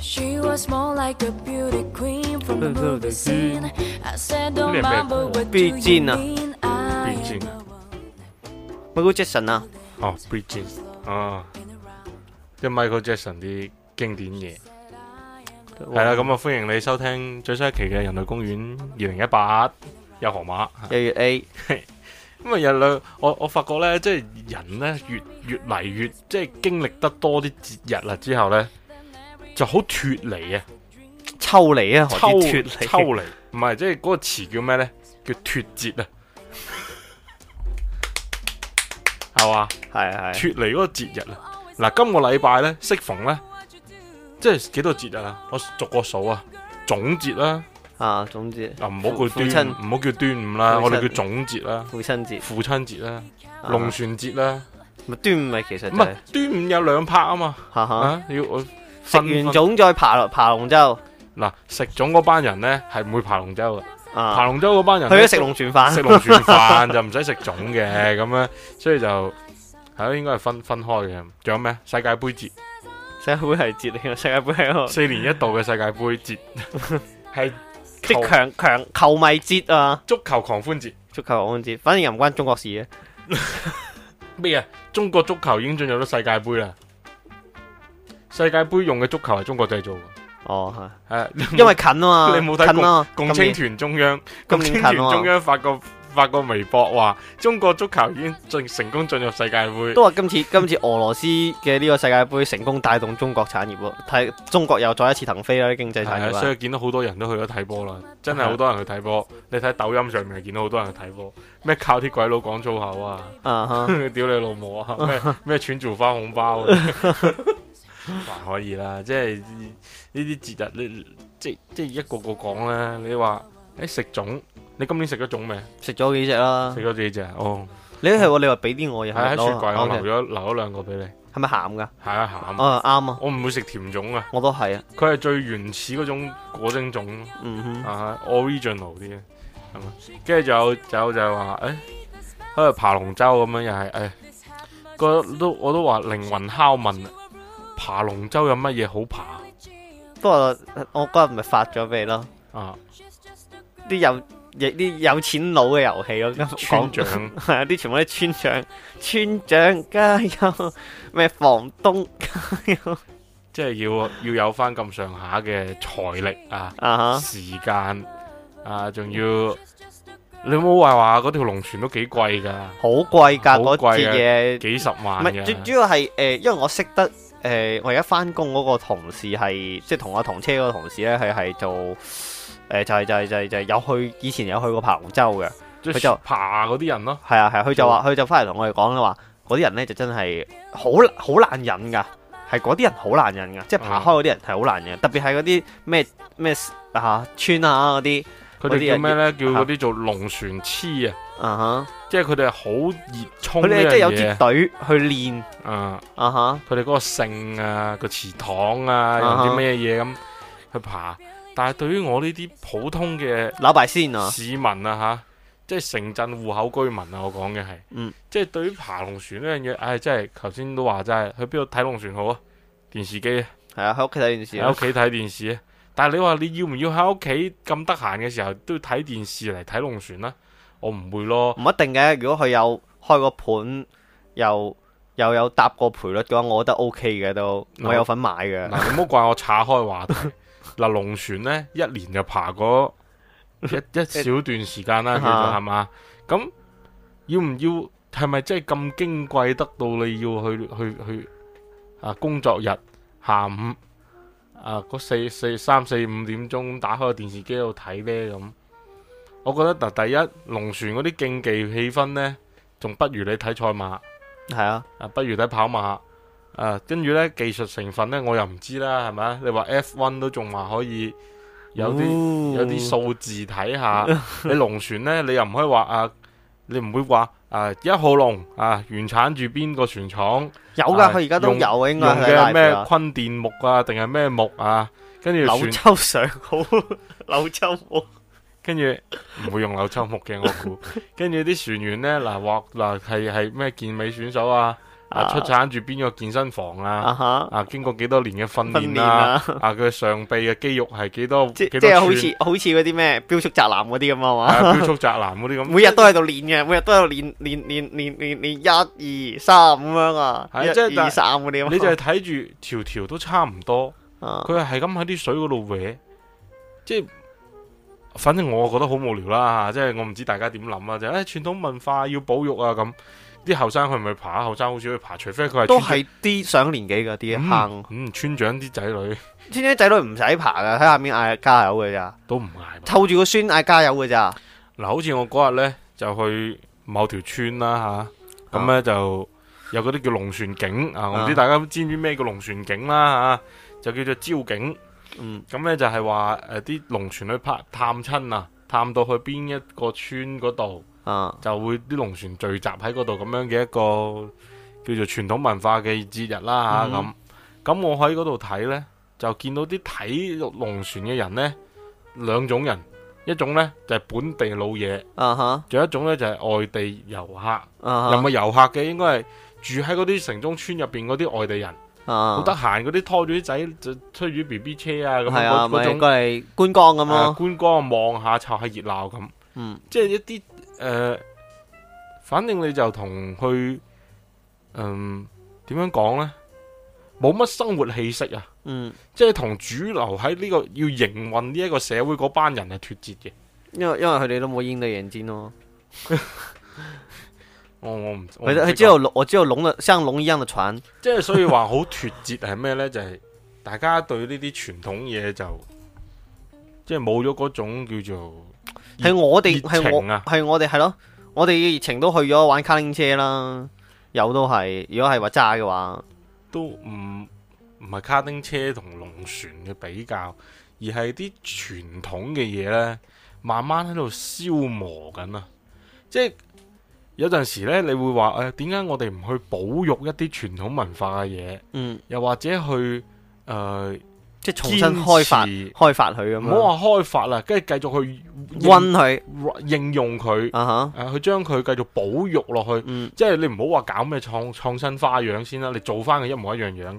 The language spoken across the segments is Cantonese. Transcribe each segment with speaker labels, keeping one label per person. Speaker 1: She was more like a beauty queen from the movie scene. I said, don't
Speaker 2: Quindi è
Speaker 1: mind, but
Speaker 2: bello.
Speaker 1: what do you
Speaker 3: Piccina.
Speaker 1: mean? I am
Speaker 2: Piccina.
Speaker 1: the one
Speaker 3: Michael Jackson 啊，
Speaker 2: 哦，Bridging 啊，
Speaker 1: in the round.
Speaker 2: 即係 Michael Jackson 啲經典嘢。
Speaker 1: Said, I am the
Speaker 2: 係啦，咁啊，歡迎你收聽最新一期嘅《人類公園二零一八》，有河馬。
Speaker 3: 一月 A，
Speaker 2: 咁啊，有兩我我發覺咧，即係人咧越越嚟越即係經歷得多啲節日啦之後咧，就好脱離啊，
Speaker 3: 抽離啊，
Speaker 2: 抽
Speaker 3: 何止脱離？
Speaker 2: 抽離，唔係即係嗰個詞叫咩咧？叫脱節啊，係嘛？
Speaker 3: 係啊係啊，
Speaker 2: 脱離嗰個節日啊！嗱，今個禮拜咧，適逢咧，即係幾多節日啊？我逐個數啊，總節啦，
Speaker 3: 啊總之
Speaker 2: 嗱唔好
Speaker 3: 父
Speaker 2: 叫端，
Speaker 3: 親
Speaker 2: 唔好叫端午啦，
Speaker 3: 父
Speaker 2: 我
Speaker 3: 親
Speaker 2: 哋叫總節啦，
Speaker 3: 父親節，
Speaker 2: 父親節啦，
Speaker 3: 啊
Speaker 2: 龍船節啦，
Speaker 3: 咪端午咪其實
Speaker 2: 唔
Speaker 3: 就
Speaker 2: 係
Speaker 3: 係
Speaker 2: 端午有兩拍啊嘛，
Speaker 3: 嚇嚇，
Speaker 2: 啊要我
Speaker 3: 食
Speaker 2: 分
Speaker 3: 完粽再爬落爬龍舟
Speaker 2: 嗱食粽嗰班人咧係唔會爬龍舟嘅，爬
Speaker 3: 啊，
Speaker 2: 龍舟嗰班人
Speaker 3: 去
Speaker 2: 呢
Speaker 3: 咗食龍船飯
Speaker 2: 食龍船飯就唔使食粽嘅咁樣，所以就啊係咯，應該係分分開嘅。仲有咩？世界盃節。
Speaker 3: 世界盃係節嚟嘅，世界盃係一個
Speaker 2: 四年一度嘅世界盃節，係
Speaker 3: 即
Speaker 2: 球
Speaker 3: 強強球迷節啊，
Speaker 2: 足球狂歡節。
Speaker 3: 足球狂歡節，反正又唔關中國事嘅，
Speaker 2: 咩啊？中國足球已經進入咗世界盃啦。世界盃用嘅足球係中國製造嘅。
Speaker 3: 哦係。
Speaker 2: 係你冇
Speaker 3: 因為近啊嘛，
Speaker 2: 你冇睇
Speaker 3: 近啊，
Speaker 2: 共
Speaker 3: 今
Speaker 2: 青
Speaker 3: 年
Speaker 2: 團中央，
Speaker 3: 今
Speaker 2: 共
Speaker 3: 年
Speaker 2: 青
Speaker 3: 近啊
Speaker 2: 團中央發個發個微博話，中國足球已經進成功進入世界盃。
Speaker 3: 都話今次今次俄羅斯嘅呢個世界盃成功帶動中國產業喎，睇中國又再一次騰飛啦啲經濟產
Speaker 2: 係
Speaker 3: 業
Speaker 2: 啊，所
Speaker 3: 啊
Speaker 2: 以見到好多人都去咗睇波啦，真係好多人去睇波。你睇抖音上面見到好多人去睇波，咩靠啲鬼佬講粗口啊！
Speaker 3: 啊哈，
Speaker 2: 屌你老母啊！咩咩串做花紅包啊，還可以啦。即係呢啲節日，你即即係一個個講啦。你話誒食粽，你今年食咗粽未？
Speaker 3: 食咗幾隻啦
Speaker 2: 食？咗幾隻？哦，
Speaker 3: 你係喎，你話俾啲我又
Speaker 2: 係啊喺
Speaker 3: 係
Speaker 2: 雪櫃，我
Speaker 3: 咪？哦
Speaker 2: 留咗留咗兩個俾你。
Speaker 3: 係咪鹹㗎？
Speaker 2: 係啊，鹹。
Speaker 3: 啊哦啱啊，
Speaker 2: 我唔會食甜粽啊，
Speaker 3: 我都係啊，
Speaker 2: 佢係最原始嗰種果蒸粽
Speaker 3: 嗯哼，
Speaker 2: 啊，original 啲啊，係嘛？跟住仲有仲有就係話誒喺度爬龍舟咁樣，又係誒。個都我都話靈魂拷問啊！爬龍舟有乜嘢好爬
Speaker 3: 不過我嗰日咪發咗俾你咯，
Speaker 2: 啊？
Speaker 3: 啲有亦啲有錢佬嘅遊戲咯，
Speaker 2: 村
Speaker 3: 講
Speaker 2: 長
Speaker 3: 係啊，啲全部啲村長，村長加油，咩房東加油
Speaker 2: 即係要要有翻咁上下嘅財力啊、
Speaker 3: 啊哈，
Speaker 2: 時間啊，仲要你唔好話話嗰條龍船都幾貴㗎，
Speaker 3: 好貴㗎
Speaker 2: 好
Speaker 3: 嗰
Speaker 2: 貴
Speaker 3: 節
Speaker 2: 嘅
Speaker 3: 嘢。
Speaker 2: 幾十萬
Speaker 3: 唔係最主
Speaker 2: 嘅。
Speaker 3: 要係誒、呃因為我識得誒、呃我而家翻工嗰個同事係即係同我同車嗰個同事咧，佢係做誒、呃就係、就係、就係、就係、有去以前有去過琶龍舟嘅，
Speaker 2: 即
Speaker 3: 佢就
Speaker 2: 係爬嗰啲人咯，
Speaker 3: 係啊係啊，
Speaker 2: 嗯
Speaker 3: 佢就話佢就翻嚟同我哋講啦話，嗰啲人咧就真係好好難忍㗎，係嗰啲人好難忍㗎，即係爬開嗰啲人係好難忍，特別係嗰啲咩咩啊村啊嗰啲
Speaker 2: 佢
Speaker 3: 嗰
Speaker 2: 哋
Speaker 3: 啲
Speaker 2: 叫
Speaker 3: 人
Speaker 2: 咩呢？叫嗰啲做龍船痴啊！
Speaker 3: 啊哈，
Speaker 2: 即係佢哋係好熱衷
Speaker 3: 佢
Speaker 2: 呢
Speaker 3: 哋即係有
Speaker 2: 樣
Speaker 3: 支
Speaker 2: 嘢
Speaker 3: 隊去練
Speaker 2: 啊！
Speaker 3: 啊哈，
Speaker 2: 佢哋嗰個姓啊、個祠堂啊，又唔
Speaker 3: 啊哈
Speaker 2: 知咩嘢咁去爬。但係對於我呢啲普通嘅
Speaker 3: 扭拜先啊，
Speaker 2: 市民啊吓，即係城鎮户口居民啊，我講嘅係，
Speaker 3: 嗯
Speaker 2: 即係對於爬龍船呢樣嘢，唉、真係頭先都話真係去邊度睇龍船好啊？電視機啊，
Speaker 3: 係啊喺屋企睇電視
Speaker 2: 喺
Speaker 3: 啊
Speaker 2: 屋，企睇電視啊。但係你話你要唔要喺屋企咁得閒嘅時候都要睇電視嚟睇龍船啦、我唔會咯。
Speaker 3: 唔一定嘅，如果佢有開個盤，又又有搭個賠率嘅話，我覺得 O K 嘅都，
Speaker 2: 嗱
Speaker 3: 我有份買嘅。
Speaker 2: 嗱，你唔好怪我岔開話題。嗱，龍船呢，一年就爬嗰一一小段時間啦，叫做
Speaker 3: 啊
Speaker 2: 係嘛？咁要唔要？係咪真係咁矜貴得到你要去去去啊？工作日下午啊，嗰四四三四五點鐘打開個電視機喺度睇呢。咁。我覺得嗱，第一龍船嗰啲競技氣氛呢，仲不如你睇賽馬。
Speaker 3: 係啊，
Speaker 2: 啊，不如睇跑馬啊，跟住呢，技術成分呢，我又唔知啦，係咪啊你話 F1 都仲話可以有啲
Speaker 3: 啲
Speaker 2: 有啲數字睇下， 你龍船呢，你又唔可以話啊，你唔會話啊一號龍啊原產住邊個船廠，
Speaker 3: 有
Speaker 2: 啊
Speaker 3: 㗎，佢而家都有
Speaker 2: 用
Speaker 3: 嘅，應
Speaker 2: 用
Speaker 3: 該係啊
Speaker 2: 嘅
Speaker 3: live
Speaker 2: 咩
Speaker 3: 㗎
Speaker 2: 坤電木啊，定係咩木啊，跟住
Speaker 3: 柳
Speaker 2: 船
Speaker 3: 州上好， 柳州好
Speaker 2: 跟住唔會用 柳州木嘅我估，跟住啲船員呢，嗱話嗱係係咩健美選手啊，啊
Speaker 3: 啊
Speaker 2: 出產住邊個健身房啊，
Speaker 3: 啊哈，
Speaker 2: 啊經過幾多年嘅訓
Speaker 3: 訓
Speaker 2: 練
Speaker 3: 練
Speaker 2: 啊，
Speaker 3: 啊，
Speaker 2: 啊佢上臂嘅肌肉係幾多
Speaker 3: 即即
Speaker 2: 幾多
Speaker 3: 係好
Speaker 2: 寸，
Speaker 3: 似好似嗰啲咩標速宅男嗰啲咁啊嘛，
Speaker 2: 啊，標速宅男嗰啲咁，
Speaker 3: 每日都喺度練嘅，每日都喺度練練練練練練一二三咁樣啊，
Speaker 2: 係
Speaker 3: 一
Speaker 2: 即係但
Speaker 3: 二三嗰啲咁啊。
Speaker 2: 你就係睇住條條都差唔多，
Speaker 3: 啊
Speaker 2: 佢係咁喺啲水嗰度搲，即係反正我覺得好無聊啦，即係我唔知大家點諗啊，就誒傳統文化要保育啊咁，啲後生佢咪爬，後生好少去爬，除非佢係
Speaker 3: 都
Speaker 2: 村
Speaker 3: 係啲上年紀嗰啲
Speaker 2: 長
Speaker 3: 坑，
Speaker 2: 嗯，嗯村長啲仔女
Speaker 3: 天津仔女唔使爬噶，喺下面嗌加油嘅咋，
Speaker 2: 都唔嗌吧。
Speaker 3: 湊住個孫嗌加油嘅咋。
Speaker 2: 嗱，好似我嗰日呢，就去某條村啦吓，咁、呢，就有嗰啲叫龍船景啊，我唔知
Speaker 3: 啊
Speaker 2: 大家知唔知咩叫龍船景啦吓，就叫做招景。
Speaker 3: 嗯
Speaker 2: 咁呢，就係話誒啲龍船去拍探親啊，探到去邊一個村嗰度，
Speaker 3: 啊
Speaker 2: 就會啲龍船聚集喺嗰度咁樣嘅一個叫做傳統文化嘅節日啦吓咁。咁、我喺嗰度睇呢，就見到啲睇龍船嘅人呢，兩種人，一種呢，就係、本地老嘢。
Speaker 3: 啊哈
Speaker 2: 仲有一種呢，就係、外地遊客，
Speaker 3: 啊
Speaker 2: 又
Speaker 3: 哈
Speaker 2: 唔係遊客嘅，應該係住喺嗰啲城中村入邊嗰啲外地人，
Speaker 3: 啊
Speaker 2: 好得閒嗰啲拖住啲仔就推住 B B 車啊咁
Speaker 3: 係啊，
Speaker 2: 嗰
Speaker 3: 咪
Speaker 2: 嗰
Speaker 3: 應
Speaker 2: 種
Speaker 3: 該係觀光咁
Speaker 2: 啊
Speaker 3: 咯。
Speaker 2: 觀光望下湊下熱鬧咁，
Speaker 3: 嗯
Speaker 2: 即係一啲誒、呃反正你就同去嗯點樣講呢？冇乜生活氣息啊！
Speaker 3: 嗯，
Speaker 2: 即係同主流喺呢個要營運呢一個社會嗰班人係脱節嘅。
Speaker 3: 因為因為佢哋都冇煙對人煎咯。
Speaker 2: 我我唔我
Speaker 3: 佢
Speaker 2: 唔識
Speaker 3: 佢只有龍我只有龍的像龍一樣的船。
Speaker 2: 即係所以話好脱節係咩呢？就係、大家對呢啲傳統嘢就即係冇咗嗰種叫做熱
Speaker 3: 係我哋
Speaker 2: 熱
Speaker 3: 係我
Speaker 2: 情啊
Speaker 3: 係我哋係咯，我哋嘅熱情都去咗玩卡丁車啦，有都係。如果係話揸嘅話，
Speaker 2: 都唔唔係卡丁車同龍船嘅比較，而係啲傳統嘅嘢呢，慢慢喺度消磨緊啊！即係有陣時呢，你會話誒點解我哋唔去保育一啲傳統文化嘅嘢，
Speaker 3: 嗯，
Speaker 2: 又或者去誒？呃
Speaker 3: 即係重新開發
Speaker 2: 堅持
Speaker 3: 開發佢咁
Speaker 2: 唔好
Speaker 3: 樣，
Speaker 2: 話開發啦，跟住繼續去
Speaker 3: 溫佢
Speaker 2: 應應用佢，
Speaker 3: 啊哈，
Speaker 2: 啊，去將佢繼續保育落去，
Speaker 3: 嗯
Speaker 2: 即係你唔好話搞咩創創新花樣先啦，你做翻佢一模一樣樣，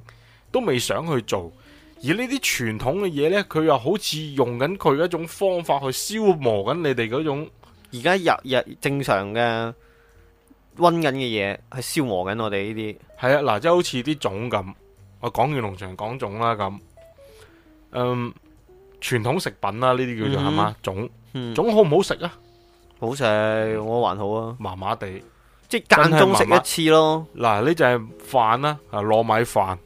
Speaker 2: 都未想去做。而呢啲傳統嘅嘢呢，佢又好似用緊佢一種方法去消磨緊你哋嗰種，
Speaker 3: 而家日日正常嘅溫緊嘅嘢係消磨緊我哋呢
Speaker 2: 係啊，嗱，即係好似啲種咁，我講完農場講種啦咁，嗯，傳統食品啦，呢啲叫做係嘛種
Speaker 3: 啲，
Speaker 2: 種好唔好食啊？
Speaker 3: 嗯，好食我還好啊，
Speaker 2: 麻麻地，
Speaker 3: 即係間中食
Speaker 2: 真係麻麻
Speaker 3: 一次咯，
Speaker 2: 嗱，呢就係飯啦，啊糯米飯。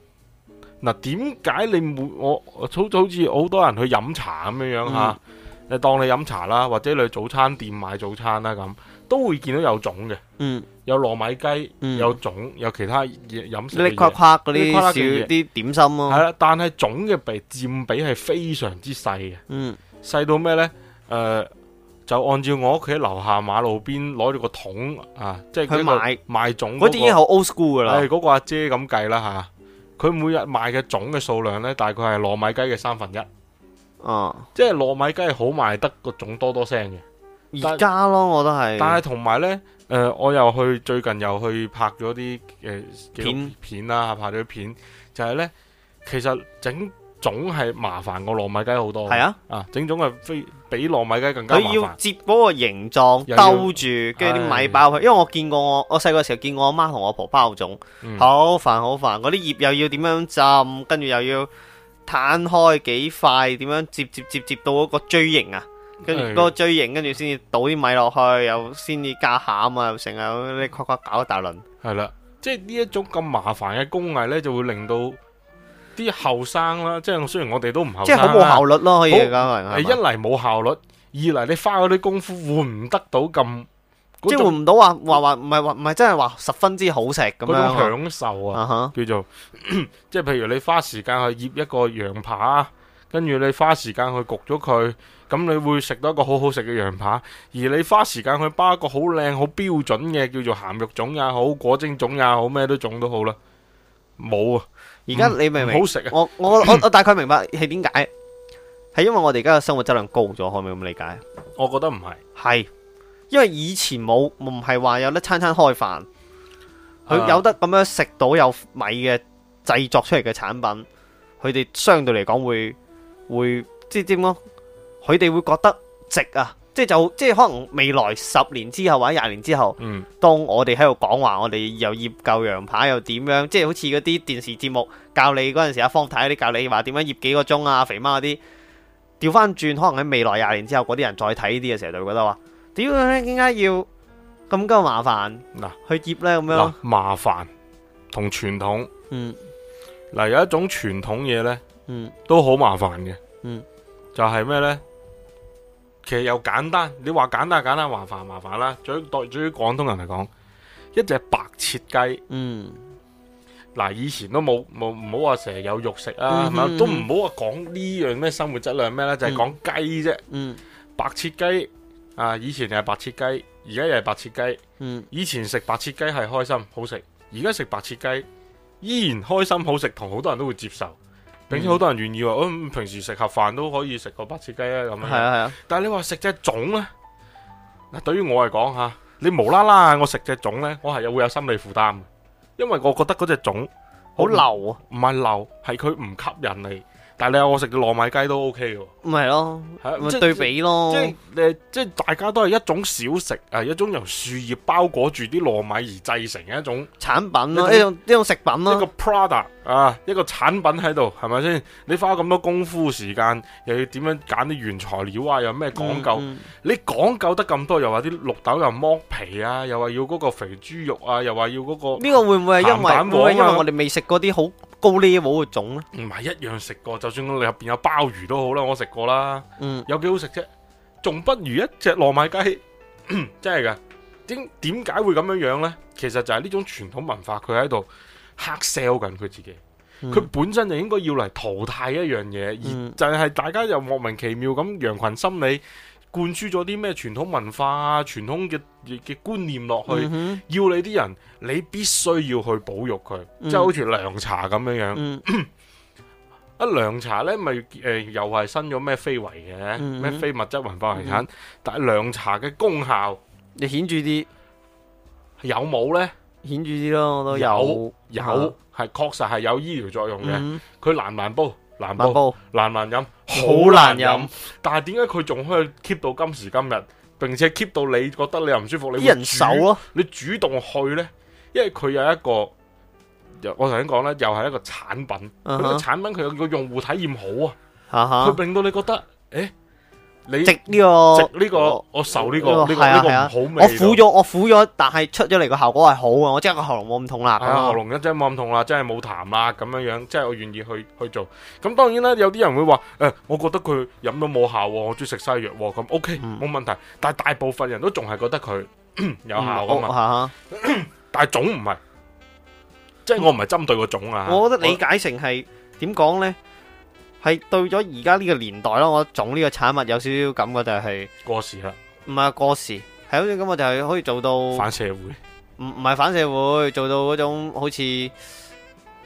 Speaker 2: 嗱，點解你每我好好似好多人去飲茶咁樣
Speaker 3: 嗯
Speaker 2: 樣嚇？你當你飲茶啦，或者你去早餐店買早餐啦咁，都會見到有種嘅，
Speaker 3: 嗯
Speaker 2: 有糯米雞，
Speaker 3: 嗯，
Speaker 2: 有種，有其他嘢飲食
Speaker 3: 呢
Speaker 2: 嘅
Speaker 3: 框
Speaker 2: 嘢。
Speaker 3: 框嗰
Speaker 2: 呢
Speaker 3: 啲
Speaker 2: 框框
Speaker 3: 小
Speaker 2: 嘅嘢
Speaker 3: 啲點心
Speaker 2: 係
Speaker 3: 咯，
Speaker 2: 啦，但係種嘅比佔比係非常之細嘅，
Speaker 3: 嗯
Speaker 2: 細到咩呢？誒、呃就按照我屋企樓下馬路邊攞住個桶啊，即係
Speaker 3: 去買
Speaker 2: 賣種
Speaker 3: 嗰啲已經好 old school 噶
Speaker 2: 係
Speaker 3: 啦，
Speaker 2: 嗰個阿姐咁計啦吓，佢每日賣嘅種嘅數量呢，大概係糯米雞嘅三分一，
Speaker 3: 啊，
Speaker 2: 即係糯米雞係好賣得個種多多聲嘅。但
Speaker 3: 而家咯我都係，
Speaker 2: 但係同埋呢，誒、我又去最近又去拍咗啲誒紀錄片啦，拍咗啲片，就係、呢，其實整種係麻煩過糯米雞好多。
Speaker 3: 係啊，
Speaker 2: 啊整種係非比糯米雞更加麻
Speaker 3: 佢要
Speaker 2: 煩。
Speaker 3: 接嗰個形狀
Speaker 2: 又要
Speaker 3: 兜住，跟住啲
Speaker 2: 唉
Speaker 3: 米包佢。因為我見過我我細個時候見過我媽同我婆包粽，
Speaker 2: 嗯
Speaker 3: 好煩好煩。嗰啲葉又要點樣浸，跟住又要攤開幾塊，點樣接接接接到嗰個錐形啊！跟住
Speaker 2: 係
Speaker 3: 嗰個錐形，跟住先至倒啲米落去，又先至加餡啊，又成啊，你夸夸搞一大輪。
Speaker 2: 係啦，即係呢一種咁麻煩嘅工藝呢，就會令到啲後生啦，即係雖然我哋都唔後
Speaker 3: 即係
Speaker 2: 生
Speaker 3: 好冇
Speaker 2: 啦
Speaker 3: 效率咯，可以
Speaker 2: 好
Speaker 3: 咁
Speaker 2: 係一
Speaker 3: 講。
Speaker 2: 嚟冇效率，二嚟你花嗰啲功夫換唔得到咁
Speaker 3: 即係換
Speaker 2: 嗰種
Speaker 3: 唔到話話話唔係話唔係真係話十分之好食咁
Speaker 2: 嗰
Speaker 3: 樣
Speaker 2: 種享受
Speaker 3: 啊
Speaker 2: 啊，
Speaker 3: 啊哈！
Speaker 2: 叫做 即係譬如你花時間去醃一個羊扒，跟住你花時間去焗咗佢，咁你會食到一個好好食嘅羊扒，而你花時間去包一個好靚好標準嘅叫做鹹肉粽也好，果蒸粽也好，咩都粽都好啦，冇啊，
Speaker 3: 而家你明唔
Speaker 2: 唔
Speaker 3: 明
Speaker 2: 好？食啊，
Speaker 3: 我我我我大概明白係點解，係因為我哋而家嘅生活質量高咗，可唔可以咁理解？
Speaker 2: 我覺得唔係。
Speaker 3: 係，因為以前冇唔係話有得餐餐開飯，佢
Speaker 2: 啊
Speaker 3: 有得咁樣食到有米嘅製作出嚟嘅產品，佢哋相對嚟講會會即係點講？佢哋會覺得值啊！即係就即係可能未來十年之後或者廿年之後，
Speaker 2: 嗯，
Speaker 3: 當我哋喺度講話，我哋又醃夠羊排又點樣？即係好似嗰啲電視節目教你嗰陣時，阿方太嗰啲教你話點樣醃幾個鐘啊，肥媽嗰啲。調翻轉，可能喺未來廿年之後，嗰啲人再睇呢啲嘅時候，就會覺得話：屌，點解要咁鳩麻煩
Speaker 2: 嗱
Speaker 3: 去醃呢？咁樣
Speaker 2: 嗱，麻煩同傳統，
Speaker 3: 嗯
Speaker 2: 嗱有一種傳統嘢呢，
Speaker 3: 嗯
Speaker 2: 都好麻煩嘅，
Speaker 3: 嗯，
Speaker 2: 就係咩呢？其實又簡單，你話簡單簡單，麻煩麻煩啦。對於對對於廣東人嚟講，一隻白切雞。
Speaker 3: 嗯
Speaker 2: 嗱，以前都冇冇唔好話成日有肉食啊，係
Speaker 3: 嗯
Speaker 2: 咪啊
Speaker 3: 嗯
Speaker 2: 都唔好話講呢樣咩生活質量咩啦，就係
Speaker 3: 嗯
Speaker 2: 講雞啫。
Speaker 3: 嗯
Speaker 2: 白切雞啊，以前又係白切雞，而家又係白切雞。
Speaker 3: 嗯
Speaker 2: 以前食白切雞係開心好食，而家食白切雞依然開心好食，同好多人都會接受。並且好多人願意話，嗯，平時食盒飯都可以食個白切雞啊咁
Speaker 3: 係
Speaker 2: 樣。
Speaker 3: 啊係啊，
Speaker 2: 但係你話食隻粽呢？嗱，對於我嚟講吓，你無啦啦嗌我食隻粽呢，我係有會有心理負擔嘅，因為我覺得嗰隻粽
Speaker 3: 好流啊，
Speaker 2: 唔係流，係佢唔吸引你。但係你話我食嘅糯米雞都 OK 嘅喎，
Speaker 3: 咪係咯，
Speaker 2: 係
Speaker 3: 咪
Speaker 2: 嗯即
Speaker 3: 啊對比咯
Speaker 2: 即，係誒，即係大家都係一種小食，啊係一種由樹葉包裹住啲糯米而製成嘅一種
Speaker 3: 產品咯，
Speaker 2: 一
Speaker 3: 一種一種食品
Speaker 2: 一個
Speaker 3: 咯，
Speaker 2: product 啊，一個產品喺度，係咪先？你花咁多功夫時間，又要點樣揀啲原材料啊？又咩講究？
Speaker 3: 嗯
Speaker 2: 你講究得咁多，又話啲綠豆又剝皮啊，又話要嗰個肥豬肉啊，又話要嗰、個
Speaker 3: 嗯呢個會唔會係因
Speaker 2: 鹹蛋
Speaker 3: 為會唔會係因
Speaker 2: 黃啊
Speaker 3: 為我哋未食過啲好高 level 嘅種咧？
Speaker 2: 唔係一樣食過，就算你入邊有鮑魚都好啦，我食過啦。
Speaker 3: 嗯
Speaker 2: 有幾好食啫？仲不如一隻糯米雞， 真係噶。點點解會咁樣樣呢？其實就係呢種傳統文化，佢喺度黑 sell 緊佢自己。
Speaker 3: 嗯
Speaker 2: 佢本身就應該要嚟淘汰一樣嘢，而
Speaker 3: 嗯
Speaker 2: 就係大家又莫名其妙咁羊群心理灌輸咗啲咩傳統文化啊、傳統嘅嘅觀念落去，
Speaker 3: 嗯哼
Speaker 2: 要你啲人你必須要去保育佢，
Speaker 3: 嗯
Speaker 2: 即係好似涼茶咁樣樣。
Speaker 3: 嗯
Speaker 2: 啊涼茶咧咪誒又係新咗咩非遺嘅
Speaker 3: 嗯
Speaker 2: 咩非物質文化遺產，但係涼茶嘅功效
Speaker 3: 你顯著啲，
Speaker 2: 有冇呢？
Speaker 3: 顯著啲咯，我都
Speaker 2: 有
Speaker 3: 有
Speaker 2: 有
Speaker 3: 啊
Speaker 2: 係確實係有醫療作用嘅，
Speaker 3: 嗯
Speaker 2: 佢難唔難煲？難
Speaker 3: 慢
Speaker 2: 煲
Speaker 3: 煲，
Speaker 2: 難唔難飲，
Speaker 3: 好難飲。。
Speaker 2: 但係點解佢仲可以 keep 到今時今日？並且 keep 到你覺得你又唔舒服，你
Speaker 3: 啲
Speaker 2: 會
Speaker 3: 人
Speaker 2: 煮
Speaker 3: 手啊咯，
Speaker 2: 你主動去呢，因為佢有一個，又我頭先講咧，又係一個產品。佢
Speaker 3: 嗯
Speaker 2: 個
Speaker 3: 哼
Speaker 2: 產品佢有個用戶體驗好
Speaker 3: 嚇
Speaker 2: 啊，
Speaker 3: 嚇
Speaker 2: 佢，令到你覺得，誒，你
Speaker 3: 值呢個
Speaker 2: 食呢個我受呢個呢
Speaker 3: 呢個哦
Speaker 2: 個
Speaker 3: 係啊
Speaker 2: 呢個
Speaker 3: 係
Speaker 2: 唔
Speaker 3: 啊
Speaker 2: 好味
Speaker 3: 我
Speaker 2: 道。
Speaker 3: 苦咗，我苦咗，但係出咗嚟個效果係好嘅，我即係個喉嚨冇咁痛啦。
Speaker 2: 係啊，喉
Speaker 3: 咁啊
Speaker 2: 嚨一真冇咁痛啦，真係冇痰啦，咁樣樣，即係我願意去去做。咁當然啦，有啲人會話誒，我覺得佢飲咗冇效喎，我中意食西藥喎，咁 OK
Speaker 3: 嗯
Speaker 2: 冇問題。但係大部分人都仲係覺得佢 有效
Speaker 3: 嗯
Speaker 2: 啊
Speaker 3: 我
Speaker 2: 嘛，
Speaker 3: 嚇嚇
Speaker 2: 但係總唔係，即係我唔係針對個種啊。
Speaker 3: 嗯我覺得理解成係點講呢？係對咗而家呢個年代咯，我種呢個產物有少少感覺就係
Speaker 2: 過時啦，
Speaker 3: 唔係啊過時，係好似啊感覺就係可以做到唔
Speaker 2: 反社會。
Speaker 3: 唔係反社會，做到嗰種好似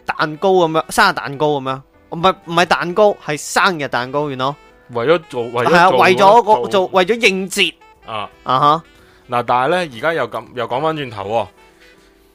Speaker 3: 蛋糕咁樣，生日蛋糕咁樣，唔係唔係蛋糕，係生日蛋糕，原來
Speaker 2: 為咗做，為
Speaker 3: 係啊，
Speaker 2: 咗
Speaker 3: 為咗個做
Speaker 2: 做
Speaker 3: 為咗應節
Speaker 2: 啊
Speaker 3: 啊哈，
Speaker 2: 嗱，但係呢，而家又咁又講翻轉頭喎。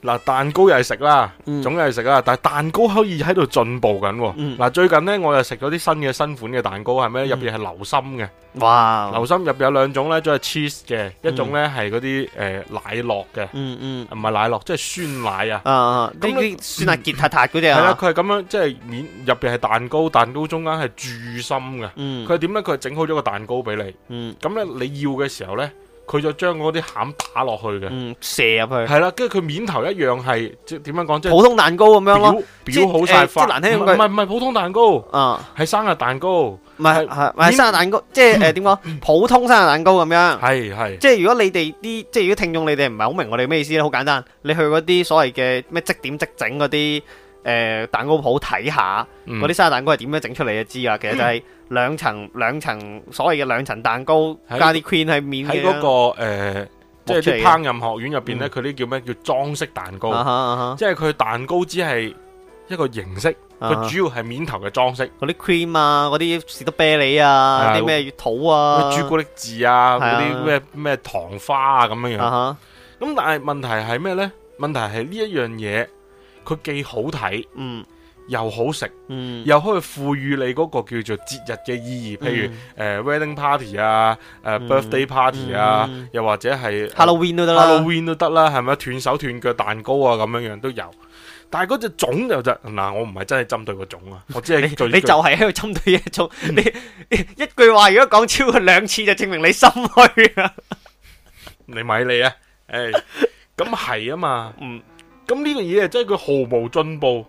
Speaker 2: 嗱，蛋糕又係食啦。
Speaker 3: 嗯
Speaker 2: 總係食啦，但係蛋糕可以喺度進步緊喎。
Speaker 3: 嗯
Speaker 2: 嗱、最近呢，我又食咗啲新嘅新款嘅蛋糕，係咩？入邊係流心嘅，
Speaker 3: 哇，
Speaker 2: 流心入邊有兩種呢，一種係 cheese 嘅，一種呢係嗰啲誒奶酪嘅，
Speaker 3: 嗯嗯。
Speaker 2: 唔係奶酪，即係酸奶啊。
Speaker 3: 啊啊！
Speaker 2: 咁
Speaker 3: 呢啲
Speaker 2: 你
Speaker 3: 酸係杰塔塔嗰只
Speaker 2: 係啦、
Speaker 3: 啊，
Speaker 2: 佢係咁樣，即係面入邊係蛋糕，蛋糕中間係注心嘅。
Speaker 3: 嗯
Speaker 2: 佢係點呢？佢係整好咗個蛋糕俾你，
Speaker 3: 嗯
Speaker 2: 咁呢，你要嘅時候呢，佢就將嗰啲餡打落去嘅。
Speaker 3: 嗯射入去，
Speaker 2: 係啦，跟住佢面頭一樣係即點樣講，即係
Speaker 3: 普通蛋糕咁樣
Speaker 2: 表
Speaker 3: 咯，即
Speaker 2: 表好
Speaker 3: 誒
Speaker 2: 晒
Speaker 3: 即
Speaker 2: 塊，
Speaker 3: 難聽
Speaker 2: 唔
Speaker 3: 咁
Speaker 2: 係
Speaker 3: 講
Speaker 2: 唔係唔係普通蛋糕。
Speaker 3: 啊，
Speaker 2: 係生日蛋糕，
Speaker 3: 唔係
Speaker 2: 係
Speaker 3: 係唔係生日蛋糕，即 係誒呃點講，普通生日蛋糕咁樣。
Speaker 2: 係係
Speaker 3: 即係如果你哋啲，即係如果聽眾你哋唔係好明我哋咩意思咧，好簡單，你去嗰啲所謂嘅咩即點即整嗰啲誒蛋糕鋪睇下，
Speaker 2: 嗯
Speaker 3: 嗰啲生日蛋糕係點樣整出嚟就知啊啦。其實就係兩層兩層所謂嘅兩層蛋糕
Speaker 2: 喺
Speaker 3: 加啲 queen 喺面嘅
Speaker 2: 喺嗰個誒，即係啲
Speaker 3: 木製嘅嗯
Speaker 2: 烹飪學院入邊咧，佢啲叫咩叫裝飾蛋
Speaker 3: 啊
Speaker 2: 糕，
Speaker 3: 哈啊哈
Speaker 2: 即係佢蛋糕只係一個形式，
Speaker 3: 啊哈
Speaker 2: 佢主要係面頭嘅裝飾，
Speaker 3: 嗰啲 cream 啊，嗰啲士多啤梨啊，
Speaker 2: 係
Speaker 3: 啲咩月桃啊，
Speaker 2: 咩朱古力字啊，
Speaker 3: 係
Speaker 2: 嗰
Speaker 3: 啊
Speaker 2: 啲咩咩糖花啊咁樣樣。
Speaker 3: 啊
Speaker 2: 咁但係問題係咩咧？問題係呢一樣嘢，佢既好睇
Speaker 3: 嗯
Speaker 2: 又好食，
Speaker 3: 嗯，
Speaker 2: 又可以賦予你嗰個叫做節日嘅意義，譬如誒、呃 wedding party 啊，誒、
Speaker 3: 嗯
Speaker 2: birthday party 啊，
Speaker 3: 嗯
Speaker 2: 又或者係
Speaker 3: Halloween 都得啦，
Speaker 2: Halloween 都得啦，係咪斷手斷腳蛋糕啊，咁樣樣都有。但係嗰隻種就就嗱，我唔係真係針對個種 啊，我只
Speaker 3: 你
Speaker 2: 係最
Speaker 3: 你就係喺度針對一種，你一句話如果講超過兩次就證明你心虛啊。
Speaker 2: 你咪你啊， 誒，咁係啊嘛。
Speaker 3: 嗯，
Speaker 2: 咁呢個嘢真係佢毫無進步，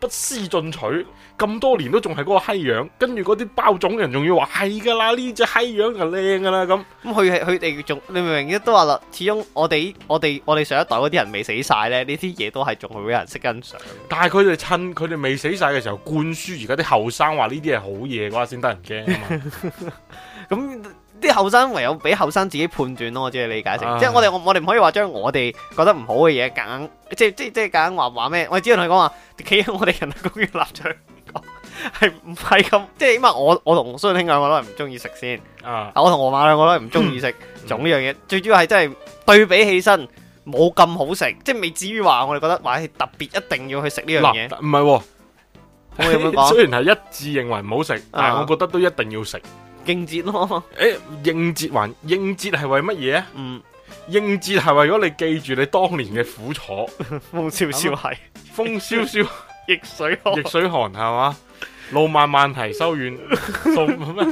Speaker 2: 不思進取，咁多年都仲係嗰個閪樣，跟住嗰啲包種人仲要話係㗎啦，呢只閪樣就靚㗎啦咁，
Speaker 3: 咁佢係佢哋仲，你明唔明？都話啦，始終我哋我哋我哋上一代嗰啲人未死晒咧，呢啲嘢都係仲會有人識欣賞。
Speaker 2: 但係佢哋趁佢哋未死晒嘅時候灌輸而家啲後生話呢啲係好嘢嘅話，先得人驚啊 嘛。
Speaker 3: 咁啲後生唯有俾後生自己判斷咯，我只係理解成，
Speaker 2: 啊
Speaker 3: 即係我哋我我哋唔可以話將我哋覺得唔好嘅嘢夾硬，即係即係即係夾硬話話咩？我只能同佢講話，企喺我哋人類公園立場講，係唔係咁？即係起碼我我同孫兄兩個都係唔中意食先，
Speaker 2: 啊，
Speaker 3: 我同河馬兩個都係唔中意食
Speaker 2: 嗯
Speaker 3: 種呢樣嘢。最主要係真係對比起身冇咁好食，即係未至於話我哋覺得話係特別一定要去食呢樣嘢。
Speaker 2: 嗱，唔係
Speaker 3: 我有冇
Speaker 2: 喎，
Speaker 3: 講 啊
Speaker 2: 雖然係一致認為唔好食，但係我覺得都一定要食。
Speaker 3: 勁節咯？
Speaker 2: 誒，應節還應節係為乜嘢啊？
Speaker 3: 嗯，
Speaker 2: 應節係為咗你記住你當年嘅 苦楚，
Speaker 3: 風少少係
Speaker 2: 風蕭蕭。
Speaker 3: 逆水咯，
Speaker 2: 逆水寒係嘛？路漫漫提修遠，數咩？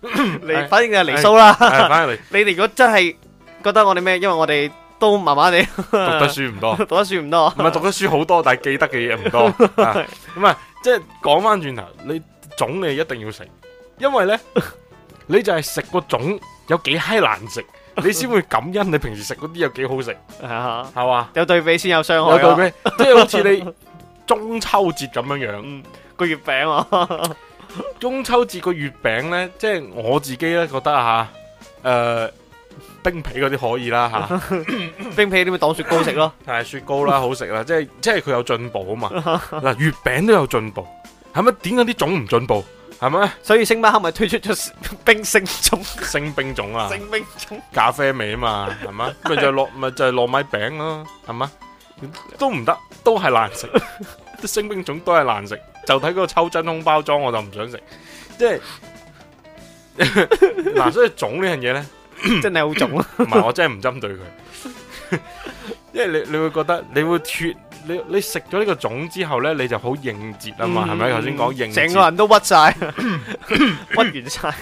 Speaker 2: 哎
Speaker 3: 嚟反正就係離騷啦。
Speaker 2: 係翻嚟
Speaker 3: 你哋如果真係覺得我哋咩，因為我哋都麻麻地 讀
Speaker 2: 讀得書唔多，
Speaker 3: 讀得書唔多
Speaker 2: 唔，係讀得書好多，但係記得嘅嘢唔多。啊咁啊，即係講翻轉頭，你種你一定要食，因為呢，你就係食個種有幾閪難食，你先會感恩你平時食嗰啲有幾好食，
Speaker 3: 係啊
Speaker 2: 係嘛？
Speaker 3: 有對比先有傷害啊咯。
Speaker 2: 有對比，即係好似你中秋節咁 樣樣。
Speaker 3: 嗯，個月餅啊，
Speaker 2: 中秋節個月餅呢，即係我自己呢覺得啊，誒、冰皮嗰啲可以啦嚇，
Speaker 3: 冰皮你咪當雪糕食咯。
Speaker 2: 但係雪糕啦好食啦，即係即係佢有進步啊嘛。嗱，月餅都有進步，係咪？點解啲種唔進步？係咪？
Speaker 3: 所以星巴克咪推出咗 冰星種、
Speaker 2: 星冰種啊，
Speaker 3: 星冰種，
Speaker 2: 咖啡味啊嘛，係咪？咪就係糯咪就係糯米餅咯，係咪？都唔得，都係難食。啲星冰種都係難食，就睇嗰個抽真空包裝我就唔想食，即係嗱，所以種呢樣嘢呢。
Speaker 3: 真係好種啊！
Speaker 2: 唔係，我真係唔針對佢，因為你你會覺得你會脱你你食咗呢個種之後呢，你就好應節啊嘛，係咪？
Speaker 3: 嗯
Speaker 2: 頭先講應
Speaker 3: 成個
Speaker 2: 節，
Speaker 3: 人都屈 晒，屈完晒。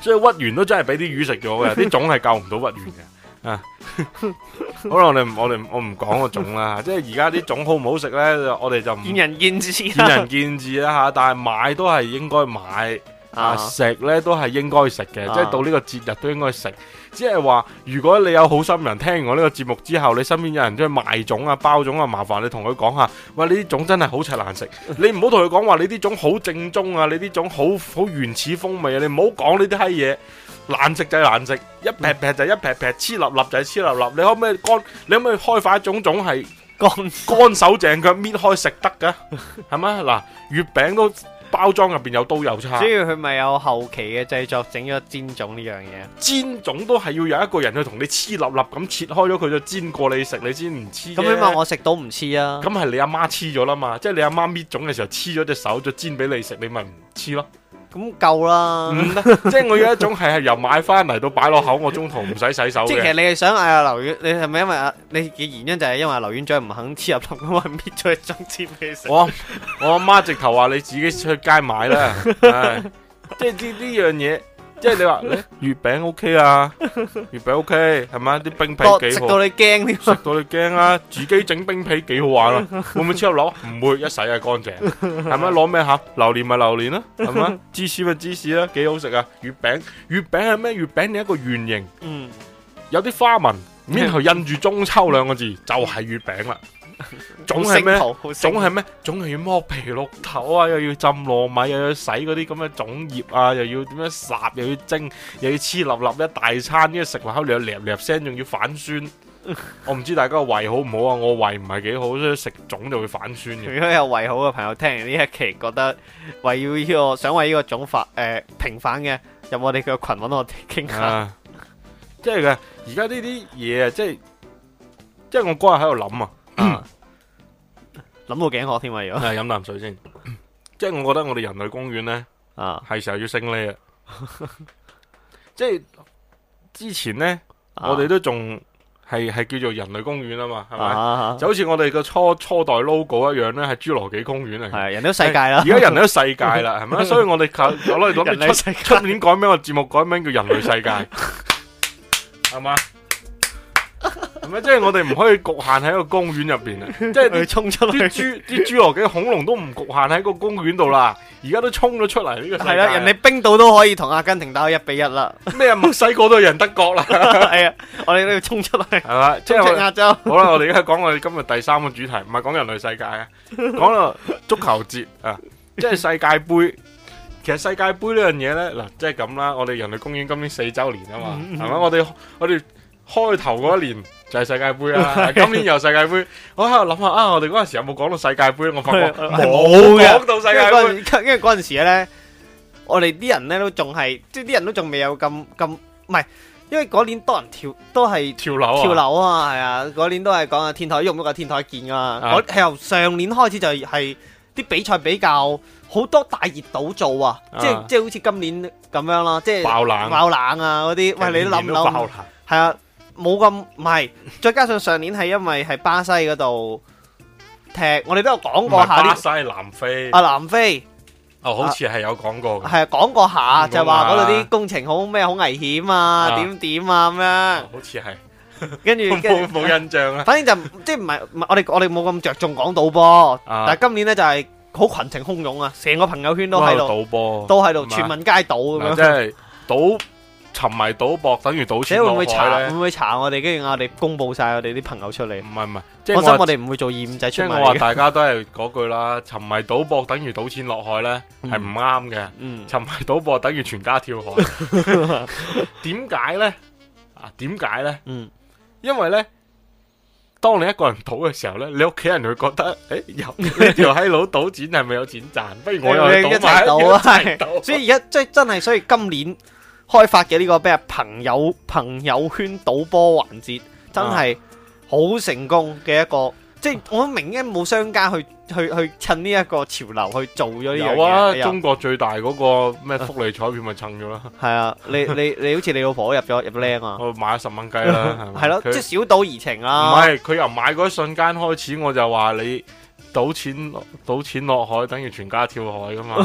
Speaker 2: 所以屈完都真係俾啲魚食 咗嘅，啲種係救唔到屈完嘅啊。 好啦，我哋唔我哋唔我唔講 個種啦，即係而家啲種好唔好食呢？我哋就唔
Speaker 3: 見仁見智
Speaker 2: 見
Speaker 3: 啦。
Speaker 2: 仁見智啦嚇，但係買都係應該買。
Speaker 3: 啊，
Speaker 2: 啊，食呢都係應該食嘅，
Speaker 3: 啊
Speaker 2: 即係到呢個節日都應該食。只係話，如果你有好心人聽完我呢個節目之後，你身邊有人將賣種啊、包種啊，麻煩你同佢講下，喂，呢啲種真係好 柒難食。你唔好同佢講話，你啲種好正宗啊，你啲種好好原始風味啊，你唔好講呢啲閪嘢。難食就係難食，一劈劈就一劈劈，黐立立就係黐立立。你可唔可以 乾？你可唔可以開發一種種係
Speaker 3: 乾
Speaker 2: 乾手淨腳搣開食得㗎？係咪？嗱，月餅都包裝入邊有刀有叉
Speaker 3: 所。以佢咪有後期嘅製作整咗煎種呢樣嘢。
Speaker 2: 煎種都係要有一個人去同你黐立立咁切開咗佢就煎過你食，你先唔黐啫。
Speaker 3: 咁起碼我食到唔黐啊。
Speaker 2: 咁係你阿媽黐咗啦嘛，即係你阿媽搣種嘅時候黐咗隻手再煎俾你食，你咪唔黐咯。
Speaker 3: 咁夠啦。
Speaker 2: 唔得，即係我有一種係係由買翻嚟到擺落口，我中途唔使洗手
Speaker 3: 即係其
Speaker 2: 嘅
Speaker 3: 實。你係想嗌阿劉院，你係咪因為阿你嘅原因就係因為阿劉院長唔肯黐入氹咁，搣咗一張紙俾你食？
Speaker 2: 我我阿媽直頭話你自己出街買啦，唉即係呢呢樣嘢，即係 你話你月餅 OK 啊，月餅 OK 係咪？啲冰
Speaker 3: 多
Speaker 2: 皮
Speaker 3: 食
Speaker 2: 幾好啊
Speaker 3: 到。你驚添
Speaker 2: 食到你驚啊！自己整冰皮幾好玩啊！會唔會超入樓？唔會，一洗就乾淨，係咪？攞咩盒？榴蓮咪榴蓮啦，係咪？芝士咪芝士啦，幾好食啊！月餅，月餅係咩？月餅你一個圓形，
Speaker 3: 嗯，
Speaker 2: 有啲花紋，然後印住中秋兩個字，就係月餅啦。總係咩？
Speaker 3: 咩
Speaker 2: 總係咩？總係要剝皮綠頭啊，又要浸糯米，又要洗嗰啲咁嘅種葉啊，又要點樣烚，又要蒸，又要黐立立一大餐，跟住食落口你又嘜嘜聲，仲要反酸。我唔知大家個胃好唔好啊？我胃唔係幾好，所以食種就會反酸嘅。
Speaker 3: 如果有胃好嘅朋友聽完呢一期，覺得為要呢個想為呢個種法誒平反嘅，入我哋嘅群
Speaker 2: 啊
Speaker 3: 揾我哋傾下。
Speaker 2: 啊，即係嘅，而家呢啲嘢啊，即係因為我嗰日喺度諗啊，
Speaker 3: 啊 諗到頸渴添啊，如果
Speaker 2: 係飲啖水先。即係我覺得我哋人類公園呢，
Speaker 3: 啊
Speaker 2: 係時候要升呢啊！即係之前呢，
Speaker 3: 啊
Speaker 2: 我哋都仲係係叫做人類公園啊嘛，係咪？
Speaker 3: 啊
Speaker 2: 就好似我哋個初初代 logo 一樣呢，係侏羅紀公園嚟嘅。
Speaker 3: 係啊人哋都世界啦
Speaker 2: 而，家人類都世界啦， 係咪？所以我哋靠我攞嚟
Speaker 3: 人類
Speaker 2: 哎諗住出
Speaker 3: 世界
Speaker 2: 出年改名個節目改名叫人類世界，係嘛？係咪？即係我哋唔可以局限喺一個公園入邊啊！ 即係
Speaker 3: 佢
Speaker 2: 啲
Speaker 3: 衝出
Speaker 2: 啲
Speaker 3: 去，
Speaker 2: 侏啲侏羅紀恐龍都唔局限喺個公園度啦，而家都衝咗出嚟呢個世界。
Speaker 3: 係啦，人哋冰島都可以同阿根廷打到一比一啦，
Speaker 2: 咩墨西哥都有人德國啦，
Speaker 3: 係啊，我 哋都要衝出去，
Speaker 2: 係嘛？即
Speaker 3: 衝
Speaker 2: 係
Speaker 3: 出
Speaker 2: 我哋
Speaker 3: 亞洲，
Speaker 2: 好啦，我哋而家講我哋今日第三個主題，唔係講人類世界啊，講到足球節啊，即係世界盃。其實世界盃呢樣嘢呢，嗱，即係咁啦，我哋人類公園今年四週年啊嘛，係咪？我哋我哋開頭嗰一年就係世界盃啦，今年又世界盃。我喺度諗下啊，我哋嗰陣時有冇講到世界盃？我發 覺
Speaker 3: 係
Speaker 2: 冇
Speaker 3: 嘅
Speaker 2: 講到世
Speaker 3: 因為
Speaker 2: 界
Speaker 3: 嗰
Speaker 2: 盃。
Speaker 3: 陣因為嗰陣時咧，我哋啲人咧都仲係，即係啲人都仲未有咁咁，唔係，因為嗰年多人跳，都係
Speaker 2: 跳樓啊！
Speaker 3: 跳樓啊嘛，係啊，嗰年都係講啊天台喐唔喐啊天台見噶嘛，
Speaker 2: 啊
Speaker 3: 我係由上年開始就係啲比賽比較好多大熱倒做啊，即
Speaker 2: 啊
Speaker 3: 係即係好似今年咁樣啦，即係
Speaker 2: 爆冷
Speaker 3: 爆冷啊嗰啲，喂你諗唔
Speaker 2: 年年都爆
Speaker 3: 諗
Speaker 2: 冷？
Speaker 3: 係啊，冇咁唔係，再加上上年係因為係巴西嗰度踢，我哋都有講
Speaker 2: 唔
Speaker 3: 過
Speaker 2: 係
Speaker 3: 下
Speaker 2: 巴
Speaker 3: 啲
Speaker 2: 西、南非
Speaker 3: 啊南非。
Speaker 2: 哦，好似係有講過嘅，
Speaker 3: 係講過下，
Speaker 2: 講過下
Speaker 3: 就話嗰度啲工程好咩好危險啊，
Speaker 2: 啊
Speaker 3: 點點啊
Speaker 2: 哦好似係
Speaker 3: 咁樣，跟住
Speaker 2: 冇
Speaker 3: 跟住，
Speaker 2: 冇印象 啊！
Speaker 3: 反正就即係唔係唔係我哋我哋冇咁着重講賭波，
Speaker 2: 啊
Speaker 3: 但係今年咧就係好群情洶湧啊，成個朋友圈都喺度，
Speaker 2: 賭波，
Speaker 3: 都喺度
Speaker 2: 係嘛
Speaker 3: 全民皆賭咁樣。
Speaker 2: 嗱，即係賭沉迷賭博，等於賭
Speaker 3: 你
Speaker 2: 錢
Speaker 3: 會
Speaker 2: 落
Speaker 3: 唔會查
Speaker 2: 海
Speaker 3: 會
Speaker 2: 咧？
Speaker 3: 唔會查我哋？跟住我哋公佈晒我哋啲朋友出嚟
Speaker 2: 唔。係唔係，即係
Speaker 3: 我心
Speaker 2: 我
Speaker 3: 我哋唔會做二五仔
Speaker 2: 即
Speaker 3: 出
Speaker 2: 係
Speaker 3: 賣
Speaker 2: 我話
Speaker 3: 你嘅。
Speaker 2: 大家都係嗰句啦，沉迷賭博等於賭錢落海咧，係唔 啱嘅。
Speaker 3: 嗯，
Speaker 2: 沉迷賭博等於全家跳海，點解咧？啊，點解咧？
Speaker 3: 嗯，
Speaker 2: 因為咧，當你一個人賭嘅時候咧，你屋企人會覺 得，誒，有呢條閪佬賭錢係咪有錢賺？不如我又去
Speaker 3: 一
Speaker 2: 賭埋
Speaker 3: 齊賭 啊！係
Speaker 2: 賭
Speaker 3: 所以而家即係真係，所以今年開發嘅呢個咩啊朋友朋友圈賭波環節，真係
Speaker 2: 啊
Speaker 3: 好成功嘅一個。即係我都明嘅，冇商家去去去趁呢一個潮流去做咗呢樣嘢。哎
Speaker 2: 有啊，
Speaker 3: 你又
Speaker 2: 中國最大嗰個咩福利彩票咪蹭咗啦，
Speaker 3: 係啊，你 你你好似你老婆入咗入咗僆 啊，
Speaker 2: 我買咗十蚊雞 啦，係咪
Speaker 3: 係咯，
Speaker 2: 佢
Speaker 3: 即係小賭怡情
Speaker 2: 唔
Speaker 3: 啦。
Speaker 2: 係，佢由買嗰一瞬間開始，我就話你賭錢落賭錢落海，等於全家跳海 噶嘛，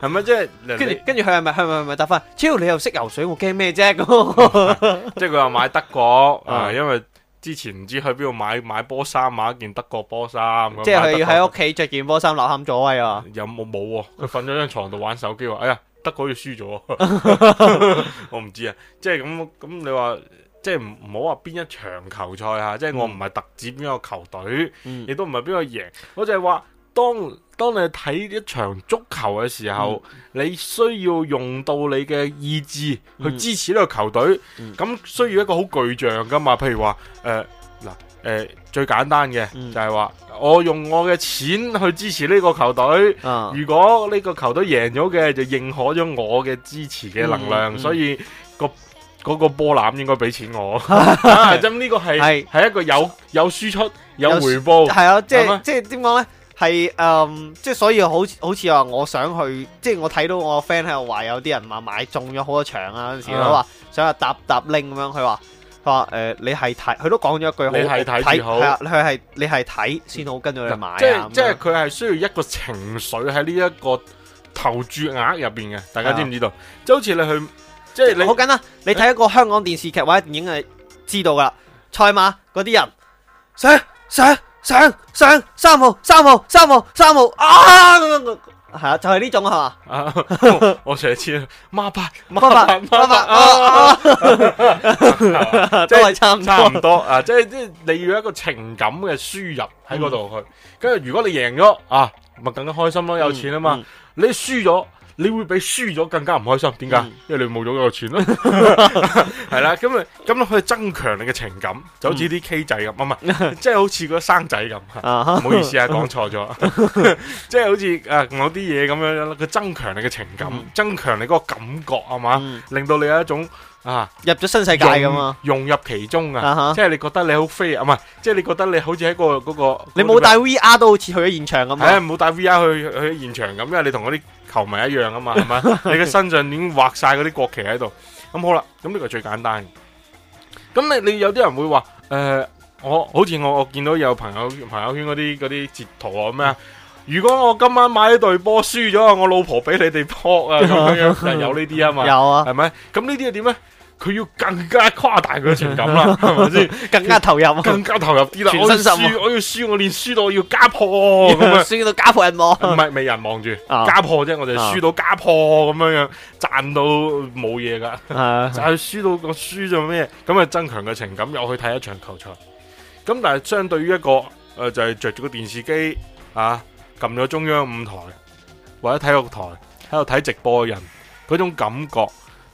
Speaker 2: 係咪？即係
Speaker 3: 跟
Speaker 2: 人
Speaker 3: 住
Speaker 2: 哋
Speaker 3: 跟住佢係咪佢係咪係咪答翻？超你又識游水，我驚咩 啫？咁
Speaker 2: 即係佢又買德國啊，
Speaker 3: 嗯
Speaker 2: 因為之前唔知去邊度買買波衫，買一件德國波衫，
Speaker 3: 即係佢要喺
Speaker 2: 屋
Speaker 3: 屋企着件波衫流喊咗位啊！
Speaker 2: 有冇冇喎？佢瞓咗張床度玩手機話：哎呀，德國要輸咗喎， 我唔知啊。即係咁咁，你話即係唔唔好話邊一場球賽嚇，即係我唔係特指邊個球隊。
Speaker 3: 嗯
Speaker 2: 亦都唔係邊個贏，我就係話當當你睇一場足球嘅時候，你需要用到你嘅意志去
Speaker 3: 嗯
Speaker 2: 支持呢個球隊，咁、
Speaker 3: 嗯
Speaker 2: 需要一個好具象噶嘛，譬如話誒嗱誒最簡單嘅、
Speaker 3: 嗯
Speaker 2: 就係話我用我嘅錢去支持呢個球隊。
Speaker 3: 啊，
Speaker 2: 如果呢個球隊贏咗嘅，就認可咗我嘅支持嘅能量，
Speaker 3: 嗯嗯
Speaker 2: 所以個嗰個波攬應該俾 錢我。啊咁呢個係
Speaker 3: 係
Speaker 2: 係一個有有輸出有
Speaker 3: 有
Speaker 2: 回報。
Speaker 3: 係啊，即
Speaker 2: 係嘛
Speaker 3: 係即係點講咧？係嗯，即係所以好似好似話我想去，即係我睇到我 friend 喺度話有啲人話買中咗好多場啊嗰陣時，
Speaker 2: 啊
Speaker 3: 佢話想話搭搭拎咁樣，佢話佢話誒你係睇，佢都講咗一句好，
Speaker 2: 你係睇至好
Speaker 3: 係啊，佢係你係睇先好跟住去買啊
Speaker 2: 即係
Speaker 3: 咁
Speaker 2: 即係
Speaker 3: 樣
Speaker 2: 佢係需要一個情緒喺呢一個投注額入邊嘅，大家知唔知道？即係好似你去，即係
Speaker 3: 啊好
Speaker 2: 你
Speaker 3: 簡單，你睇一個香港電視劇或者電影係知道噶啦，賽馬嗰啲人上上上上三號三號三號三號啊咁樣，係啊，就係呢種係嘛？
Speaker 2: 啊，我我成日知啊 孖八孖
Speaker 3: 八
Speaker 2: 八孖
Speaker 3: 八八
Speaker 2: 八
Speaker 3: 啊
Speaker 2: 啊，即
Speaker 3: 都係
Speaker 2: 係
Speaker 3: 差唔
Speaker 2: 差唔
Speaker 3: 多。
Speaker 2: 多啊，即係即係你要有一個情感嘅輸入喺
Speaker 3: 嗯嗯
Speaker 2: 嗰度去，跟住如果你贏咗啊，咪更加開心咯，有錢啊嘛，你輸咗。你你會比輸咗更加唔開心。點解？
Speaker 3: 嗯
Speaker 2: 因為你冇咗個 錢啦，係啦。咁啊，咁樣可以增強你嘅情感，就好似啲 K 仔咁，啊唔係唔
Speaker 3: 嗯
Speaker 2: 係，即係好似個生仔咁。
Speaker 3: 啊
Speaker 2: 唔
Speaker 3: 哈，
Speaker 2: 好意思啊，講錯咗， 即係好似啊某啲嘢咁樣啦，佢增強你嘅情感，
Speaker 3: 嗯
Speaker 2: 增強你嗰個感覺啊嘛，
Speaker 3: 嗯
Speaker 2: 令到你有一種啊
Speaker 3: 入咗新世界咁啊，
Speaker 2: 融入其中啊，
Speaker 3: 啊哈，
Speaker 2: 即係你覺得你好飛啊，唔係，即係你覺得你好似喺個嗰個，
Speaker 3: 你冇帶 VR 都好似去咗現場咁
Speaker 2: 係啊，
Speaker 3: 啊，
Speaker 2: 冇帶 VR 去去現場咁，因為你同嗰啲球迷一樣 啊嘛，係咪？你嘅身上已經畫晒嗰啲國旗喺度。咁好啦，咁呢個係最簡單嘅。咁你你有啲人會話誒、呃我好似我我見到有朋友朋友圈嗰啲嗰啲截圖啊咩啊？如果我今晚買呢隊波輸咗啊，我老婆俾你哋撲啊咁樣樣， 就係有呢啲啊嘛，
Speaker 3: 有啊，
Speaker 2: 係咪？咁呢啲係點咧？佢要更加誇大佢嘅情感啦，係咪先？
Speaker 3: 更加投入啊，
Speaker 2: 更加投入啲啦！
Speaker 3: 全
Speaker 2: 我要
Speaker 3: 身心啊
Speaker 2: 輸，我要輸，我連輸到我要家破咁 樣。
Speaker 3: 輸到家破人亡，
Speaker 2: 唔係未人望住
Speaker 3: 啊
Speaker 2: 家破啫，我就
Speaker 3: 啊
Speaker 2: 輸到家破咁樣樣，賺到冇嘢噶，
Speaker 3: 啊
Speaker 2: 就係輸到個輸咗咩？咁啊增強嘅情感，又去睇一場球賽。咁但係相對於一個誒、呃就係着住個電視機啊，撳咗中央五台或者體育台喺度睇直播嘅人，嗰種感覺，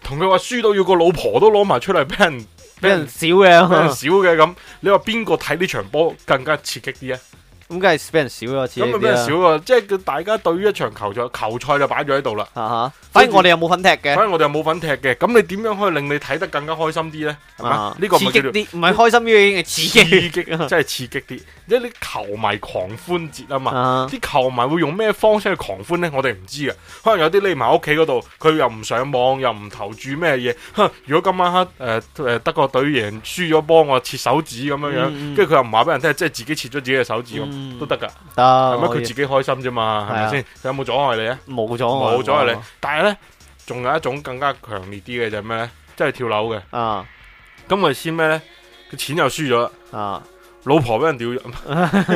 Speaker 2: 同佢話輸到要個老婆都攞埋出嚟俾人
Speaker 3: 俾
Speaker 2: 俾
Speaker 3: 人
Speaker 2: 人
Speaker 3: 少
Speaker 2: 俾人
Speaker 3: 嘅，
Speaker 2: 少嘅咁，你話邊個睇呢場波更加刺激啲啊？
Speaker 3: 咁梗係俾人少咗，似
Speaker 2: 咁啊
Speaker 3: 呢
Speaker 2: 俾人少
Speaker 3: 啲
Speaker 2: 啊！即係佢大家對於一場球賽，球賽就擺咗喺度啦。
Speaker 3: 啊，啊哈，反正我哋又冇份踢嘅，
Speaker 2: 反正我哋又冇份踢嘅，咁你點樣可以令你睇得更加開心啲呢？係嘛
Speaker 3: 啊？
Speaker 2: 呢個
Speaker 3: 刺
Speaker 2: 咪
Speaker 3: 激
Speaker 2: 叫做
Speaker 3: 啲，唔係開心啲，已經係刺激
Speaker 2: 刺激，真係刺激啲。因為啲球迷狂歡節啊嘛，
Speaker 3: 啊，
Speaker 2: 啲球迷會用咩方式去狂歡呢？我哋唔知嘅，啊可能有啲匿埋屋企嗰度，佢又唔上網，又唔投注咩嘢。哼如果今晚黑誒誒德國隊贏輸咗波，我切手指咁樣
Speaker 3: 嗯嗯
Speaker 2: 樣，跟住佢又唔話俾人聽，即係自己切咗自己嘅手指咁
Speaker 3: 嗯
Speaker 2: 都得㗎，
Speaker 3: 得，
Speaker 2: 係咪？
Speaker 3: 佢
Speaker 2: 佢自己開心啫嘛，係
Speaker 3: 係啊哦
Speaker 2: 咪先？佢有冇阻礙你啊？
Speaker 3: 冇咗
Speaker 2: 冇
Speaker 3: 我，
Speaker 2: 咗係你。但係呢，仲有一種更加強烈啲嘅就係咩呢？即係跳樓嘅。
Speaker 3: 啊
Speaker 2: 咁咪先咩呢？佢錢又輸咗啦，
Speaker 3: 啊，
Speaker 2: 老婆俾人屌咗，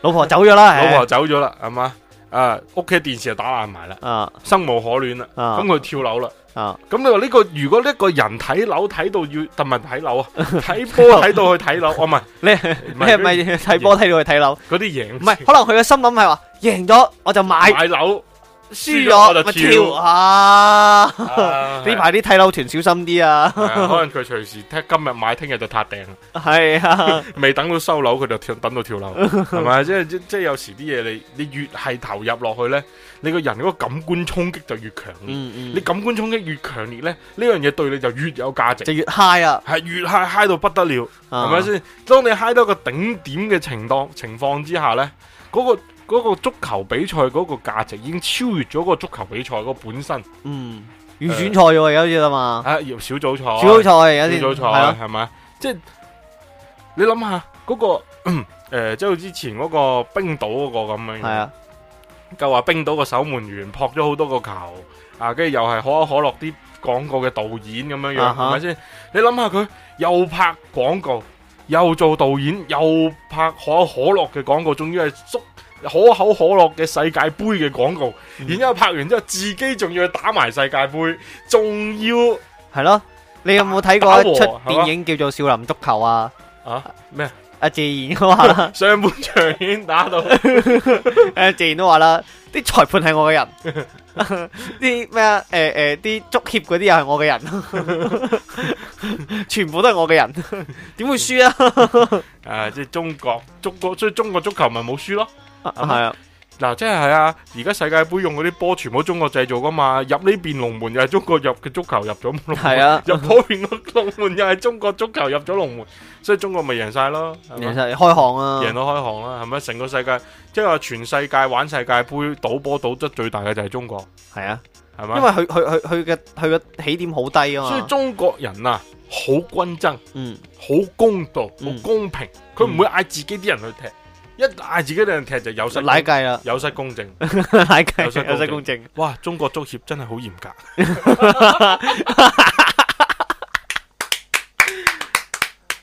Speaker 3: 老婆走咗啦，
Speaker 2: 老婆走咗啦，係嘛？啊，屋企電視又打爛埋啦，
Speaker 3: 啊
Speaker 2: 生無可戀啦，
Speaker 3: 啊，
Speaker 2: 咁佢跳樓啦。
Speaker 3: 啊
Speaker 2: 咁你話呢個如果呢個人睇樓睇到要，特唔係 睇樓啊，睇波睇到去睇樓，哦唔係
Speaker 3: 你
Speaker 2: 唔
Speaker 3: 你係咪
Speaker 2: 嗰啲
Speaker 3: 睇波睇到去睇樓？
Speaker 2: 嗰啲贏
Speaker 3: 唔係，可能佢嘅心諗係話贏咗我就買，
Speaker 2: 買樓
Speaker 3: 輸
Speaker 2: 輸
Speaker 3: 咗咪跳
Speaker 2: 就
Speaker 3: 啊！呢
Speaker 2: 跳啊。係啊
Speaker 3: 排啲睇樓團小心啲啊，
Speaker 2: 係 啊可能佢隨時聽今日買，聽日就撻訂啦。
Speaker 3: 係啊，
Speaker 2: 未等到收樓，佢就跳等到跳 樓，係咪？即係即即係有時啲嘢，你你越係投入落去呢，你個人嗰個感官衝擊就越強烈。
Speaker 3: 嗯
Speaker 2: 你感官衝擊越強烈呢，呢樣嘢對你就越有價值
Speaker 3: 就，越 high 啊，
Speaker 2: 係越嗨嗨到不得了，係
Speaker 3: 係
Speaker 2: 咪？先？當你嗨到一個頂點嘅情當情況之下呢，嗰、個嗰個足球比賽嗰個價值已經超越咗個足球比賽嗰個本身。
Speaker 3: 嗯，預選賽喎，而家好似啊嘛，
Speaker 2: 啊，要小組賽，
Speaker 3: 小組賽而家先，
Speaker 2: 小組
Speaker 3: 係啊
Speaker 2: 賽
Speaker 3: 咯，
Speaker 2: 係咪？即係你諗下嗰個 誒，即係好似之前嗰個冰島嗰個咁樣，
Speaker 3: 係啊，
Speaker 2: 就話冰島個守門員撲咗好多個球啊，跟住又係可口可樂啲廣告嘅導演咁樣
Speaker 3: 啊
Speaker 2: 樣，
Speaker 3: 哈
Speaker 2: 係咪先？你諗下佢又拍廣告，又做導演，又拍可口可樂嘅廣告，仲要係縮可口可樂嘅世界盃嘅廣告，
Speaker 3: 嗯
Speaker 2: 然之後拍完之後自己仲要去打埋世界盃，仲要
Speaker 3: 係咯。你有冇睇過一出
Speaker 2: 打和係嘛
Speaker 3: 電影叫做《少林足球》啊？
Speaker 2: 啊咩？
Speaker 3: 阿謝賢都話啦，
Speaker 2: 上半場已經打到。
Speaker 3: 阿謝賢都話啦，啲裁判係我 嘅人，啲咩啊？誒誒，啲足協嗰啲又係我嘅 人，全部都係我嘅人，點會輸啊？
Speaker 2: 誒、即係中國足國，所以中國足球咪冇輸咯。
Speaker 3: 係啊，
Speaker 2: 嗱、即係係啊，而家世界盃用嗰啲波全部都中國製造噶嘛，入呢邊龍門又係中國入嘅足球入咗龍 門，
Speaker 3: 係 啊，
Speaker 2: 入嗰邊個龍門又係中國足球入咗龍門，所以中國咪贏晒咯，係
Speaker 3: 其
Speaker 2: 咪
Speaker 3: 實開行啊，
Speaker 2: 贏到開行啦，係咪？成個世界即係話全世界玩世界盃賭波賭得最大嘅就係中國，
Speaker 3: 係啊，
Speaker 2: 係
Speaker 3: 因
Speaker 2: 咪？
Speaker 3: 為佢佢佢佢嘅佢嘅起點好低啊嘛，
Speaker 2: 所以中國人啊，好均爭。
Speaker 3: 嗯
Speaker 2: 好公道、好
Speaker 3: 嗯
Speaker 2: 公平，佢唔
Speaker 3: 嗯
Speaker 2: 會嗌自己啲人去踢，一嗌自己啲人踢就有失
Speaker 3: 就奶計 啦，
Speaker 2: 有失公正。
Speaker 3: 奶計
Speaker 2: 有失公正
Speaker 3: 有失公正，
Speaker 2: 哇！中國足協真係好嚴 格，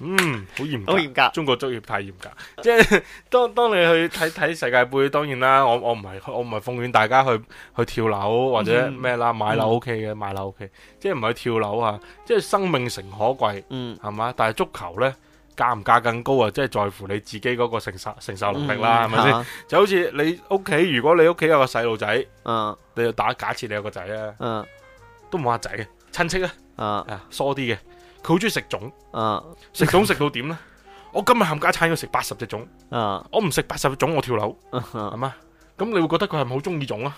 Speaker 2: 嗯，好嚴
Speaker 3: 好
Speaker 2: 格。
Speaker 3: 嚴格，
Speaker 2: 中國足協太嚴格，即係當當你去睇睇世界盃，當然啦，我我唔係我唔係奉勸大家去去跳樓或者
Speaker 3: 嗯
Speaker 2: 咩啦，買樓
Speaker 3: 嗯
Speaker 2: OK 嘅，買樓 OK，即係唔係去跳樓啊，即係生命誠可貴。
Speaker 3: 嗯
Speaker 2: 係嘛？但係足球呢，加唔加更高啊，即係在乎你自己嗰個承受承受能力
Speaker 3: 嗯
Speaker 2: 啦，係咪先？就好似你屋企，如果你屋企有個細路仔，
Speaker 3: 嗯
Speaker 2: 你就打假設你有個仔啊，
Speaker 3: 嗯
Speaker 2: 都冇話仔啊，親戚啊，
Speaker 3: 嗯
Speaker 2: 啊疏啲嘅，佢好中意食粽，
Speaker 3: 嗯
Speaker 2: 食粽食到 點呢？我今日冚家鏟要食八十隻粽，
Speaker 3: 嗯
Speaker 2: 我唔食八十隻粽我跳樓，係
Speaker 3: 嗯，
Speaker 2: 嘛？咁你會覺得佢係咪好中意粽啊？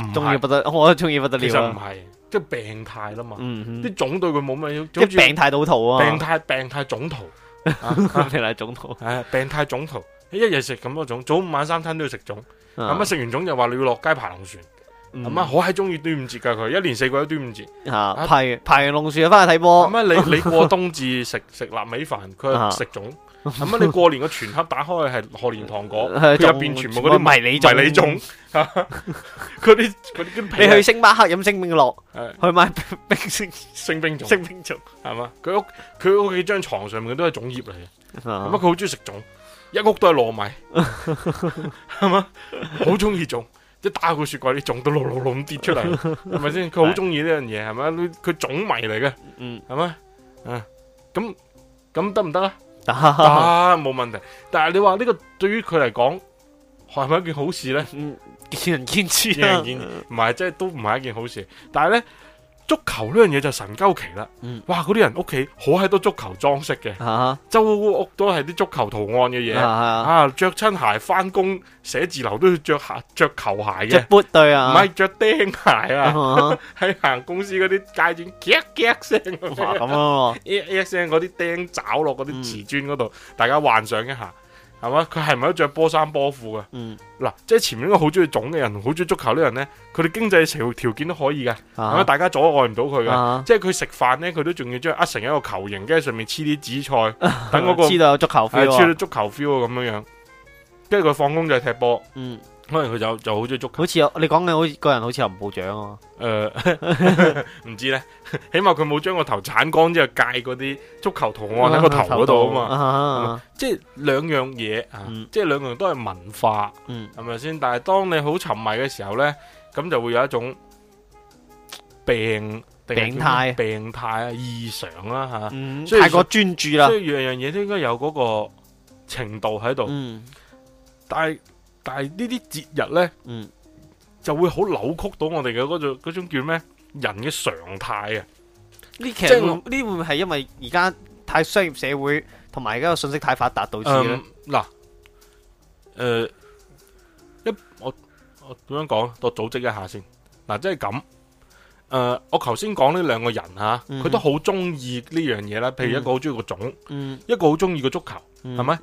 Speaker 2: 唔
Speaker 3: 中意
Speaker 2: 係，
Speaker 3: 不得，我中意不得
Speaker 2: 其實
Speaker 3: 了
Speaker 2: 唔
Speaker 3: 啊！
Speaker 2: 係，即係病態啦嘛。
Speaker 3: 嗯，
Speaker 2: 啲粽對佢冇乜，
Speaker 3: 即
Speaker 2: 好
Speaker 3: 係病
Speaker 2: 似
Speaker 3: 態賭徒啊！
Speaker 2: 病態病態粽圖。 啊
Speaker 3: 你係總統，
Speaker 2: 唉，病態總圖，一日食咁多種，早午晚三餐都要食粽。阿媽
Speaker 3: 咁啊
Speaker 2: 食完粽就話你要落街爬龍船。
Speaker 3: 嗯
Speaker 2: 阿媽好閪中意端午節㗎，佢一年四季都端午節。
Speaker 3: 吓啊排完排完龍樹翻去睇波
Speaker 2: 阿，媽 啊你你過冬至食食臘味飯，佢
Speaker 3: 哦啊
Speaker 2: 係食粽。阿媽你過年個全盒打開係賀年糖 果，
Speaker 3: 係
Speaker 2: 佢
Speaker 3: 粽
Speaker 2: 入邊全部嗰啲
Speaker 3: 迷你粽
Speaker 2: 迷你粽， 嗰啲嗰啲啲皮 啊
Speaker 3: 你去
Speaker 2: 係
Speaker 3: 星巴克飲星冰樂，
Speaker 2: 係
Speaker 3: 去買冰冰星
Speaker 2: 星冰粽
Speaker 3: 星冰粽，
Speaker 2: 係嘛？佢屋佢屋企張床上面都係粽葉嚟嘅。 咁啊，佢
Speaker 3: 啊
Speaker 2: 好中意食粽，一屋都係糯米，係嘛？好中意粽，一打開個雪櫃啲粽都碌碌碌咁跌出嚟，係咪先？佢好中意呢樣嘢，係咪？佢佢粽迷嚟嘅，
Speaker 3: 嗯，
Speaker 2: 係咪？啊，咁咁得唔得啊？
Speaker 3: 得
Speaker 2: 得，冇問題。 但係你話呢個對於佢嚟講，係咪一件好 事呢？
Speaker 3: 嗯見仁見智
Speaker 2: 見
Speaker 3: 啊
Speaker 2: 仁，見智唔係，即係都唔係一件好事。但係呢，足球呢樣嘢就神鳩奇啦
Speaker 3: 嗯。
Speaker 2: 哇！嗰啲人屋企好喺多足球裝飾嘅，
Speaker 3: 吓
Speaker 2: 周屋都係啲足球圖案嘅嘢。
Speaker 3: 吓，
Speaker 2: 啊，着親鞋翻工，寫字樓都要着鞋着球鞋
Speaker 3: 只
Speaker 2: 嘅，
Speaker 3: boot 對
Speaker 2: 唔
Speaker 3: 啊，
Speaker 2: 係着釘鞋
Speaker 3: 啊
Speaker 2: 啊！
Speaker 3: 哈
Speaker 2: 喺行公司嗰啲街磚，夾夾聲咁
Speaker 3: 哇
Speaker 2: 樣，
Speaker 3: 咁樣咯，
Speaker 2: 一一聲 E 嗰啲釘找落嗰
Speaker 3: 嗯
Speaker 2: 啲瓷磚嗰度，大家幻想一下，係嘛？佢係咪都着波衫波褲嘅？
Speaker 3: 嗯
Speaker 2: 嗱，即係前面嗰個好中意種嘅人，好中意足球呢人呢，佢哋經濟條條件都可以嘅，係咪？
Speaker 3: 啊
Speaker 2: 大家阻礙唔到佢嘅。
Speaker 3: 啊，
Speaker 2: 即係佢食飯呢，佢都仲要將佢扼成一個球形，跟住上面黐啲紫菜， 等嗰個
Speaker 3: 啊知道有足球
Speaker 2: 係
Speaker 3: feel
Speaker 2: 黐到
Speaker 3: 啊，
Speaker 2: 足球 feel 咁樣樣。跟住佢放工就係踢波。
Speaker 3: 嗯。
Speaker 2: 可能佢就就好中意足球，
Speaker 3: 好似有你講嘅，好似個人好似林部長啊，
Speaker 2: 誒 唔知呢，起碼佢冇將個頭鏟光之後界嗰啲足球圖案喺個頭嗰度啊嘛，
Speaker 3: 嘛，
Speaker 2: 即係兩樣嘢啊
Speaker 3: 嗯，
Speaker 2: 即係兩樣都係文化，
Speaker 3: 嗯
Speaker 2: 係咪先？但係當你好沉迷嘅時候呢，咁就會有一種病
Speaker 3: 病
Speaker 2: 定係叫咩
Speaker 3: 態
Speaker 2: 病態啊、異常啦
Speaker 3: 嗯，
Speaker 2: 所以
Speaker 3: 太過專注
Speaker 2: 嚇，
Speaker 3: 啦
Speaker 2: 所，以樣樣嘢都應該有嗰個程度喺度，
Speaker 3: 嗯
Speaker 2: 但係但係呢啲節日呢。
Speaker 3: 嗯
Speaker 2: 就會好扭曲到我哋嘅嗰種嗰種叫咩人嘅常態啊！
Speaker 3: 呢其
Speaker 2: 即
Speaker 3: 實
Speaker 2: 係
Speaker 3: 會
Speaker 2: 我
Speaker 3: 呢會唔會係因為而家太商業社會同埋而家個信息太發達導致咧？
Speaker 2: 嗯，嗱，誒一我我點樣講？我組織一下先。嗱，即係咁。誒，我頭先講呢兩個人嚇，
Speaker 3: 嗯
Speaker 2: 佢都好中意呢樣嘢啦。譬如一個好中意個種，
Speaker 3: 嗯，
Speaker 2: 一個好中意個足球，係
Speaker 3: 係？
Speaker 2: 咪？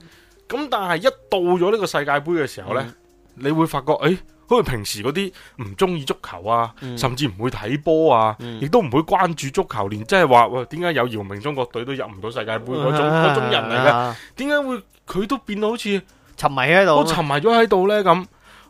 Speaker 2: 咁但係一到咗呢個世界盃嘅時
Speaker 3: 嗯
Speaker 2: 候呢，你會發覺，誒，好似平時嗰啲唔中意足球啊，
Speaker 3: 嗯
Speaker 2: 甚至唔會睇波啊，
Speaker 3: 嗯
Speaker 2: 亦都唔會關注足球，連即係話喂，點解有姚明中國隊都入唔到世界 盃嗰種嗰種人嚟嘅？
Speaker 3: 啊
Speaker 2: 點解會佢都變到好似
Speaker 3: 沉迷喺
Speaker 2: 好
Speaker 3: 度啊
Speaker 2: 沉迷咗喺度呢？咁？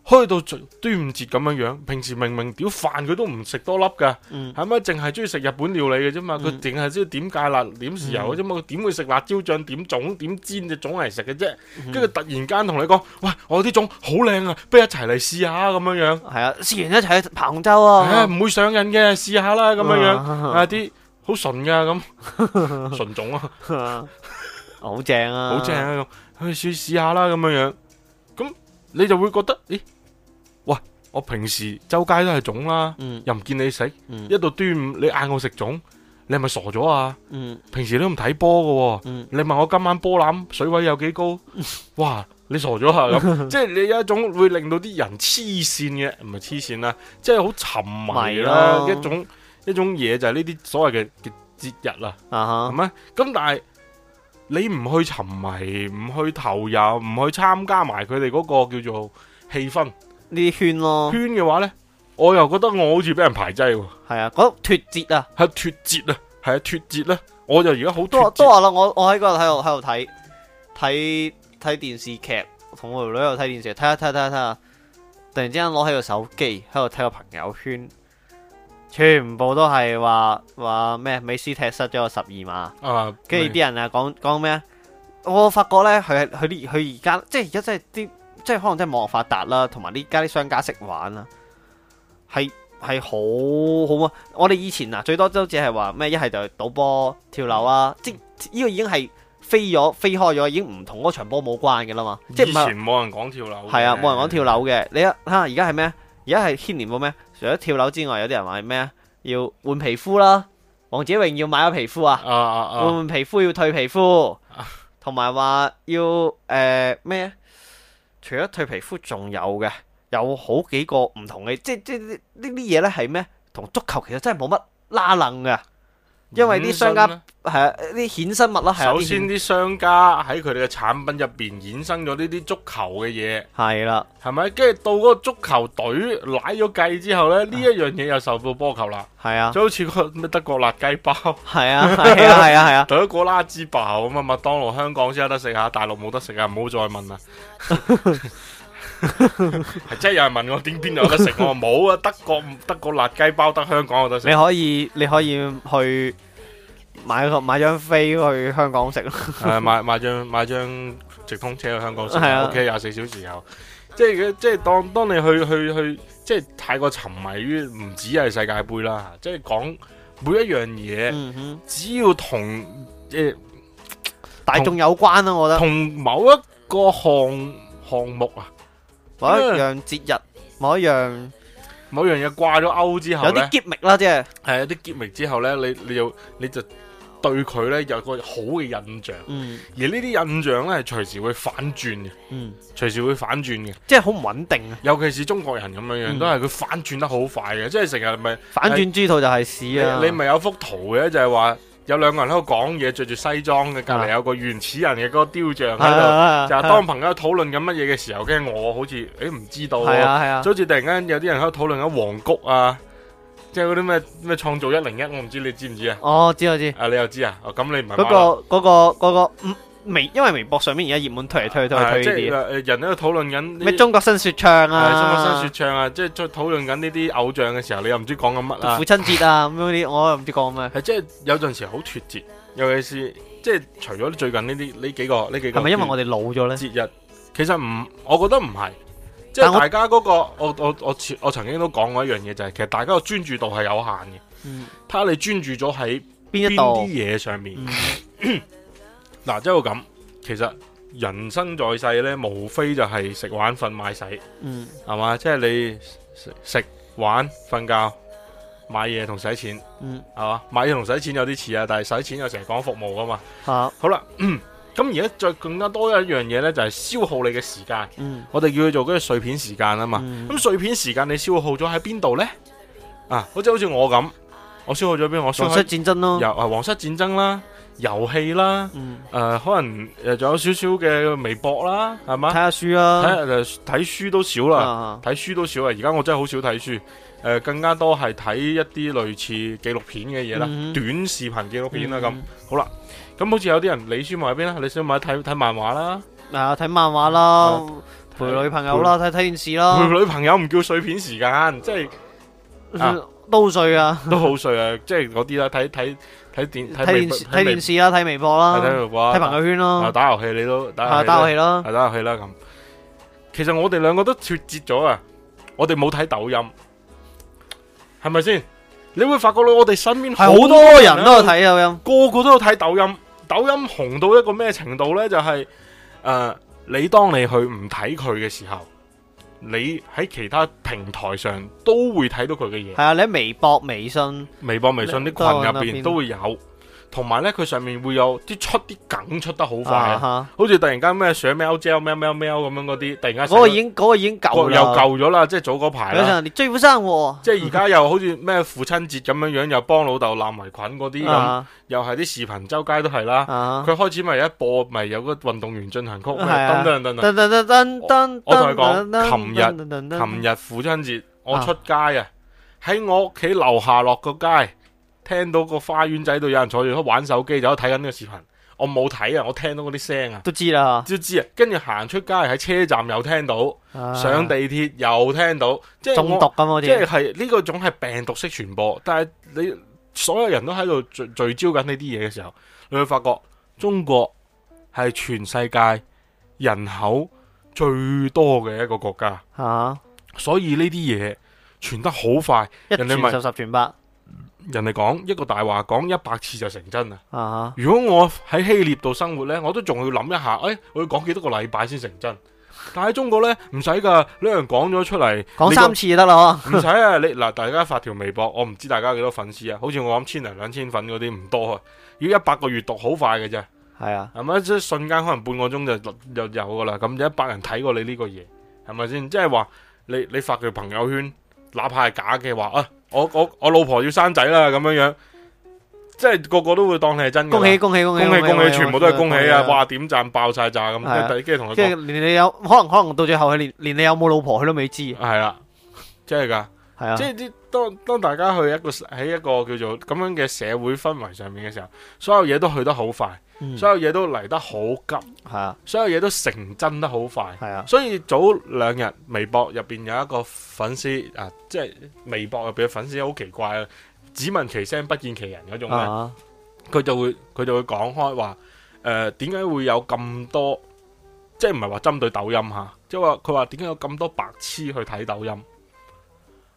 Speaker 2: 開到最端午節咁樣樣，平時明明屌飯佢都唔食多粒㗎，
Speaker 3: 嗯
Speaker 2: 係咪？淨係中意食日本料理嘅啫嘛，佢
Speaker 3: 嗯
Speaker 2: 淨係中意點芥辣、點豉油嘅啫嘛，佢點會食辣椒醬、點粽、點煎隻粽嚟食嘅啫？
Speaker 3: 嗯
Speaker 2: 跟住突然間同你講，喂，我啲粽好靚啊，不如一齊嚟試下咁樣樣，
Speaker 3: 係啊，試完一齊去爬杭州
Speaker 2: 唉
Speaker 3: 啊，
Speaker 2: 唔會上癮嘅，試下啦咁樣樣。啊
Speaker 3: 樣
Speaker 2: 啲好純噶 咁，純種啊，
Speaker 3: 樣， 好正啊，
Speaker 2: 好正啊咁，去試試下啦咁樣樣，咁你就會覺得，咦，喂，我平時周街都係種啦，
Speaker 3: 嗯，
Speaker 2: 又唔見你食，
Speaker 3: 嗯
Speaker 2: 一到端午你嗌我食種，你係咪傻咗啊？
Speaker 3: 嗯
Speaker 2: 平時都唔睇波嘅喎，
Speaker 3: 嗯
Speaker 2: 你問我今晚波攬水位有幾 高？哇！你傻咗啊咁，即係你有一種會令到啲人黐線嘅，唔係黐線啦，即係好沉迷啦，
Speaker 3: 迷咯
Speaker 2: 一種一種嘢就係呢啲所謂嘅嘅節日啦。係
Speaker 3: 啊
Speaker 2: 咪？咁但係你唔去沉迷，唔去投入，唔去參加埋佢哋嗰個叫做氣氛
Speaker 3: 哈，呢啲圈咯，
Speaker 2: 圈嘅話呢，我又覺得我好似俾人排擠喎，
Speaker 3: 係啊，嗰脱節啊。
Speaker 2: 係脱節啊，係啊脱節啦，我就而家好
Speaker 3: 都話
Speaker 2: 脱
Speaker 3: 都
Speaker 2: 節，
Speaker 3: 話啦，我我喺嗰度喺度喺度睇睇睇電視劇，同我條女喺度睇電視，睇下睇下睇下睇下，突然之間攞起個手機喺度睇個朋友圈，全部都係話話咩美斯踢失咗個十二碼，
Speaker 2: 啊，
Speaker 3: 跟住啲人啊講講咩啊？我發覺呢，佢係佢啲佢而家即係而家真係啲即係可能真係網絡發達啦，同埋呢家啲商家識玩啦，係係好好啊！我哋以前啊最多都只係話咩一係就賭波跳樓啊，即呢個已經係飛咗飛開咗，已經唔同嗰場波冇關嘅啦嘛，即係
Speaker 2: 以
Speaker 3: 唔係
Speaker 2: 前冇人講跳樓嘅，
Speaker 3: 係啊，冇人講跳樓嘅。你一嚇而家係咩？而家係牽連到咩？除咗跳樓之外，有啲人話係咩啊？要換皮膚啦，王者榮耀買咗皮膚啊！
Speaker 2: 啊啊
Speaker 3: 換
Speaker 2: 啊！
Speaker 3: 皮膚要退皮膚，同埋話要誒咩、啊除咗退皮膚，仲有嘅有好幾個唔同嘅，即即呢呢啲嘢咧係咩？同足球其實真係冇乜拉楞嘅，因為啲商家
Speaker 2: 衍生嗯呢
Speaker 3: 係啊啲衍生物啦，係啊
Speaker 2: 首先
Speaker 3: 啲衍
Speaker 2: 啲商家喺佢哋嘅產品入邊衍生咗呢啲足球嘅嘢，
Speaker 3: 係啦，
Speaker 2: 係咪？跟住到嗰個足球隊舐咗計之後咧，呢一樣嘢又受到波及啦，
Speaker 3: 係啊，
Speaker 2: 就好似個咩德國辣雞包、
Speaker 3: 係啊，係啊，係啊，係啊，
Speaker 2: 德國拉之爆咁啊！麥當勞香港先有得食下，大陸冇得食啊！唔好再問啦。 係真係有人問我點邊度有得食，我話冇啊！德國德國辣雞包得香港有得食
Speaker 3: 你。可以你可以去買個買張飛去香港食咯，
Speaker 2: 係買買張買張直通車去香港
Speaker 3: 係啊
Speaker 2: 先，屋企廿四小時有。即係即係當當你去去去，即係太過沉迷於唔止係世界盃啦，即係講每一樣嘢，
Speaker 3: 嗯哼，
Speaker 2: 只要同誒、
Speaker 3: 大眾有關啦，我覺得
Speaker 2: 同某一個項項目啊，
Speaker 3: 某一樣節日，某一樣
Speaker 2: 某樣嘢掛咗勾之後
Speaker 3: 有啲
Speaker 2: 咧，
Speaker 3: 揭秘啦，即係。
Speaker 2: 係有啲結明之後咧，你你又你就對佢咧有個好嘅印象，
Speaker 3: 嗯
Speaker 2: 而呢啲印象咧係隨時會反轉嘅，
Speaker 3: 嗯，
Speaker 2: 隨時會反轉嘅。
Speaker 3: 即係好唔穩定啊！
Speaker 2: 尤其是中國人咁樣樣，
Speaker 3: 嗯
Speaker 2: 都係佢反轉得好快嘅，即係成日咪
Speaker 3: 反轉豬肚就係屎啊！
Speaker 2: 你你咪有幅圖嘅，就係話有兩個人喺度講嘢，着住西裝嘅，隔離有個原始人嘅嗰個雕像喺度，
Speaker 3: 啊
Speaker 2: 就係當朋友討論緊乜嘢嘅時候，跟住我好似誒唔知道
Speaker 3: 係
Speaker 2: 喎，
Speaker 3: 啊係啊
Speaker 2: 就，好似突然間有啲人喺度討論緊黃谷啊，即係嗰啲咩咩創造一零一，我唔知你知唔知啊？
Speaker 3: 哦知我知，
Speaker 2: 啊，你又知啊？哦，咁你唔係馬騮
Speaker 3: 嗰個嗰個嗰個嗯微，因為微博上面而家熱門推嚟推去都
Speaker 2: 係
Speaker 3: 係
Speaker 2: 啊即
Speaker 3: 推
Speaker 2: 係
Speaker 3: 呢
Speaker 2: 誒人喺度討論緊
Speaker 3: 啲
Speaker 2: 呢
Speaker 3: 咩中國新說唱
Speaker 2: 誒中國
Speaker 3: 啊
Speaker 2: 新說，唱啊，即係再討論緊呢啲偶像嘅時候，你又唔知講緊乜啊
Speaker 3: 父？親節啊咁樣啲，我又唔知講咩，
Speaker 2: 係即係有陣時好脱節，尤其是即係除咗最近呢啲呢幾個呢幾個
Speaker 3: 係咪因為我哋老咗咧？
Speaker 2: 節日，其實唔，我覺得唔係，即係
Speaker 3: 但我
Speaker 2: 大家嗰、個我我我前我曾經都講過一樣嘢，就係、其實大家嘅專注度係有限嘅，
Speaker 3: 嗯，
Speaker 2: 睇下你專注咗喺
Speaker 3: 邊
Speaker 2: 邊
Speaker 3: 一
Speaker 2: 啲
Speaker 3: 度？
Speaker 2: 嘢上面。
Speaker 3: 嗯
Speaker 2: 嗱、即係咁，其實人生在世呢，無非就係食玩瞓買洗，
Speaker 3: 嗯
Speaker 2: 係嘛？即係你食食玩瞓覺買嘢同使錢，
Speaker 3: 嗯
Speaker 2: 係嘛？買嘢同使錢有啲似啊，但係使錢又成日講服務啊嘛。
Speaker 3: 嚇
Speaker 2: 好啦， 咁而家再更加多一樣嘢呢，就係、消耗你嘅時間。
Speaker 3: 嗯
Speaker 2: 我哋叫佢做嗰啲碎片時間啊嘛。咁、
Speaker 3: 嗯，
Speaker 2: 碎片時間你消耗咗喺邊度呢？啊，好似好似我咁，我消耗咗邊？我消
Speaker 3: 喪
Speaker 2: 耗
Speaker 3: 失戰爭
Speaker 2: 由
Speaker 3: 咯，
Speaker 2: 啊皇室戰爭啦，遊戲啦，
Speaker 3: 嗯，
Speaker 2: 誒、呃可能誒仲有少少嘅微博啦，係
Speaker 3: 睇
Speaker 2: 嘛？
Speaker 3: 下書啦，
Speaker 2: 睇誒睇書都少啦，
Speaker 3: 啊
Speaker 2: 睇、書都少啊！而家我真係好少睇書，誒、呃更加多係睇一啲類似紀錄片嘅嘢啦，
Speaker 3: 嗯
Speaker 2: 短視頻紀錄片啊啦咁。
Speaker 3: 嗯
Speaker 2: 咁好似有啲人李書買邊啦，李書買睇睇漫畫啦，
Speaker 3: 啊睇漫畫
Speaker 2: 啊
Speaker 3: 啦，陪女朋友啦，睇睇電視啦
Speaker 2: 陪。女朋友唔叫碎片時間，即係啊
Speaker 3: 都碎啊！
Speaker 2: 都好碎啊， 即係嗰啲啦，睇睇睇電
Speaker 3: 睇
Speaker 2: 微
Speaker 3: 電
Speaker 2: 博
Speaker 3: 視睇
Speaker 2: 微
Speaker 3: 電視啦，睇微博
Speaker 2: 係睇
Speaker 3: 啦，
Speaker 2: 微博啊
Speaker 3: 睇朋友圈啊
Speaker 2: 啊
Speaker 3: 啦，
Speaker 2: 打遊戲你都打
Speaker 3: 係
Speaker 2: 遊
Speaker 3: 打遊
Speaker 2: 戲
Speaker 3: 戲啦
Speaker 2: 啦，，係打遊戲啦咁。其實我哋兩個都脱節咗啊，我哋冇睇抖音，係咪先？你會發覺到我哋身邊
Speaker 3: 係好多人都有
Speaker 2: 睇，
Speaker 3: 睇啊抖音，
Speaker 2: 啊個個都有睇抖音。抖音紅到一個咩程度呢？就係、呃你當你去唔睇佢嘅時候，你喺其他平台上都會睇到佢嘅嘢。
Speaker 3: 係啊！你喺微博、微信，
Speaker 2: 微博、微信啲群入邊
Speaker 3: 都有
Speaker 2: 都會有，同埋呢，佢上面會有啲出啲梗出得好快
Speaker 3: 啊
Speaker 2: 啊，
Speaker 3: 哈，
Speaker 2: 好似突然間咩上喵 j 喵喵喵咁樣嗰啲，突然間
Speaker 3: 嗰個已經嗰個已經夠
Speaker 2: 又
Speaker 3: 啦，
Speaker 2: 舊咗啦，即係早嗰排
Speaker 3: 嗰
Speaker 2: 啦，
Speaker 3: 陣你追不上我
Speaker 2: 即係而家又好似咩父親節咁樣樣，又幫老豆攬圍裙嗰啲咁，
Speaker 3: 啊
Speaker 2: 又係啲視頻周街都係啦。
Speaker 3: 啊！
Speaker 2: 佢開始咪一播咪有個運動員進行曲咩？
Speaker 3: 係啊
Speaker 2: 噔噔噔噔。
Speaker 3: 噔噔噔噔噔，
Speaker 2: 我同你講琴日
Speaker 3: 日
Speaker 2: 琴日父親節，我
Speaker 3: 啊
Speaker 2: 出街啊，喺我屋企樓下落個街，聽到個花園仔度有人坐住喺度玩手機，就喺度睇緊呢個視頻。我冇睇啊，我聽到嗰啲聲啊，
Speaker 3: 都知啦，
Speaker 2: 知知啊。跟住行出街喺車站又聽到。
Speaker 3: 啊
Speaker 2: 上地鐵又聽到，即係
Speaker 3: 中毒
Speaker 2: 我，
Speaker 3: 咁我
Speaker 2: 即
Speaker 3: 哋，
Speaker 2: 係呢個種係病毒式傳播。但係你所有人都喺度聚聚焦緊呢啲嘢嘅時候，你會發覺中國係全世界人口最多嘅一個國家，
Speaker 3: 吓
Speaker 2: 所以呢啲嘢傳得好快。
Speaker 3: 啊一
Speaker 2: 人哋咪
Speaker 3: 傳十十傳百，
Speaker 2: 人哋講一個大話講一百次就成真啊！
Speaker 3: 啊
Speaker 2: 如果我喺希臘度生活呢，我都仲要諗一下，誒、我要講幾多個禮拜先成真？但喺中國呢，唔使噶，呢樣哎講咗出嚟，
Speaker 3: 哈，講
Speaker 2: 你
Speaker 3: 三次就得啦，
Speaker 2: 唔使啊！你嗱，大家發條微博，我唔知大家幾多粉絲啊，好似我咁千零兩千粉嗰啲唔多啊，要一百個閱讀好快嘅啫，
Speaker 3: 係啊，
Speaker 2: 係咪？即係瞬間可能半個鐘就就就有噶啦，咁就一百人睇過你呢個嘢，係咪先？即係話你你發佢朋友圈，哪怕係假嘅話啊，我我我老婆要生仔啦咁樣樣，即係個個都會當你係真嘅。
Speaker 3: 恭喜恭喜恭
Speaker 2: 啊恭
Speaker 3: 喜
Speaker 2: 喜恭喜，全部都係恭喜啊！！
Speaker 3: 恭
Speaker 2: 哇，點讚爆晒炸咁，
Speaker 3: 係啊
Speaker 2: 跟住跟住同佢
Speaker 3: 即
Speaker 2: 講
Speaker 3: 係連你有可能可能到最後，佢連連你有冇老婆佢都未知，係
Speaker 2: 係啦，真係㗎。
Speaker 3: 啊，
Speaker 2: 嗯即係啲當當大家去一個喺一個叫做咁樣嘅社會氛圍上面嘅時候，所有嘢都去得好快，
Speaker 3: 嗯
Speaker 2: 所有嘢都嚟得好急，
Speaker 3: 係啊
Speaker 2: 所有嘢都成真得好快。
Speaker 3: 係啊，
Speaker 2: 所以早兩日微博入邊有一個粉絲啊，即係微博入邊嘅粉絲好奇怪啊，只聞其聲不見其人嗰種咧，
Speaker 3: 啊
Speaker 2: 佢、就會佢就會講開話誒點解會有咁多，即係唔係話針對抖音嚇，即係話佢話點解有咁多白痴去睇抖音？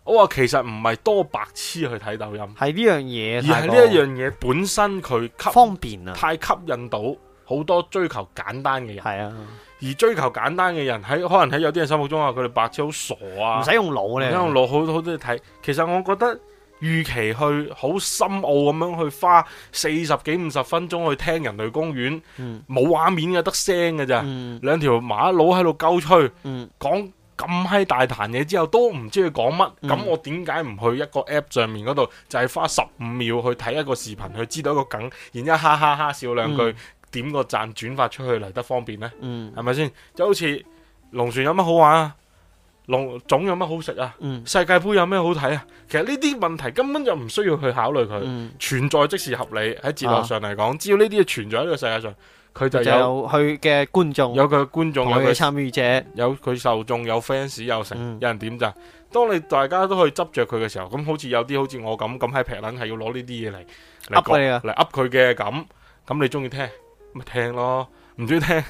Speaker 2: 我話其實唔係多白痴去睇抖音，
Speaker 3: 係呢樣嘢，
Speaker 2: 而係呢一樣嘢本身佢
Speaker 3: 太過
Speaker 2: 吸
Speaker 3: 方便啊，
Speaker 2: 太吸引到好多追求簡單嘅人，
Speaker 3: 係啊，
Speaker 2: 而追求簡單嘅人喺可能喺有啲人心目中話佢哋白痴好傻啊
Speaker 3: 唔，使用腦咧，
Speaker 2: 因為路好好多嘢睇。其實我覺得，預期去好深奧咁樣去花四十幾五十分鐘去聽人類公園，
Speaker 3: 嗯
Speaker 2: 冇畫面嘅，得聲嘅咋。
Speaker 3: 嗯
Speaker 2: 兩條馬佬喺度鳩吹，
Speaker 3: 嗯
Speaker 2: 講咁閪大壇嘢之後，都唔知佢講乜。
Speaker 3: 嗯
Speaker 2: 咁我點解唔去一個 app 上面嗰度，就係花十五秒去睇一個視頻，去知道一個梗，然之後哈哈哈笑兩句
Speaker 3: 嗯，
Speaker 2: 點個讚轉發出去嚟得方便呢？
Speaker 3: 嗯
Speaker 2: 係咪先？就好似龍船有乜好玩啊？龍粽有乜好食啊？
Speaker 3: 嗯
Speaker 2: 世界盃有咩好睇啊？其實呢啲問題根本就唔需要去考慮佢，
Speaker 3: 嗯，
Speaker 2: 存在即是合理。喺哲學上嚟講，只要呢啲嘢存在喺呢個世界上，佢
Speaker 3: 就
Speaker 2: 就有
Speaker 3: 有佢嘅觀眾，
Speaker 2: 有佢嘅觀眾，
Speaker 3: 同
Speaker 2: 有
Speaker 3: 佢嘅
Speaker 2: 佢
Speaker 3: 參與者，
Speaker 2: 有佢受眾，有 fans，有成，
Speaker 3: 嗯
Speaker 2: 有人點讚。當你大家都去執着佢嘅時候，咁好似有啲好似我咁咁閪劈撚，係要攞呢啲嘢嚟嚟
Speaker 3: Up 佢
Speaker 2: 講
Speaker 3: 啊
Speaker 2: 嚟噏佢嘅咁。咁你中意聽咪聽咯，唔中意聽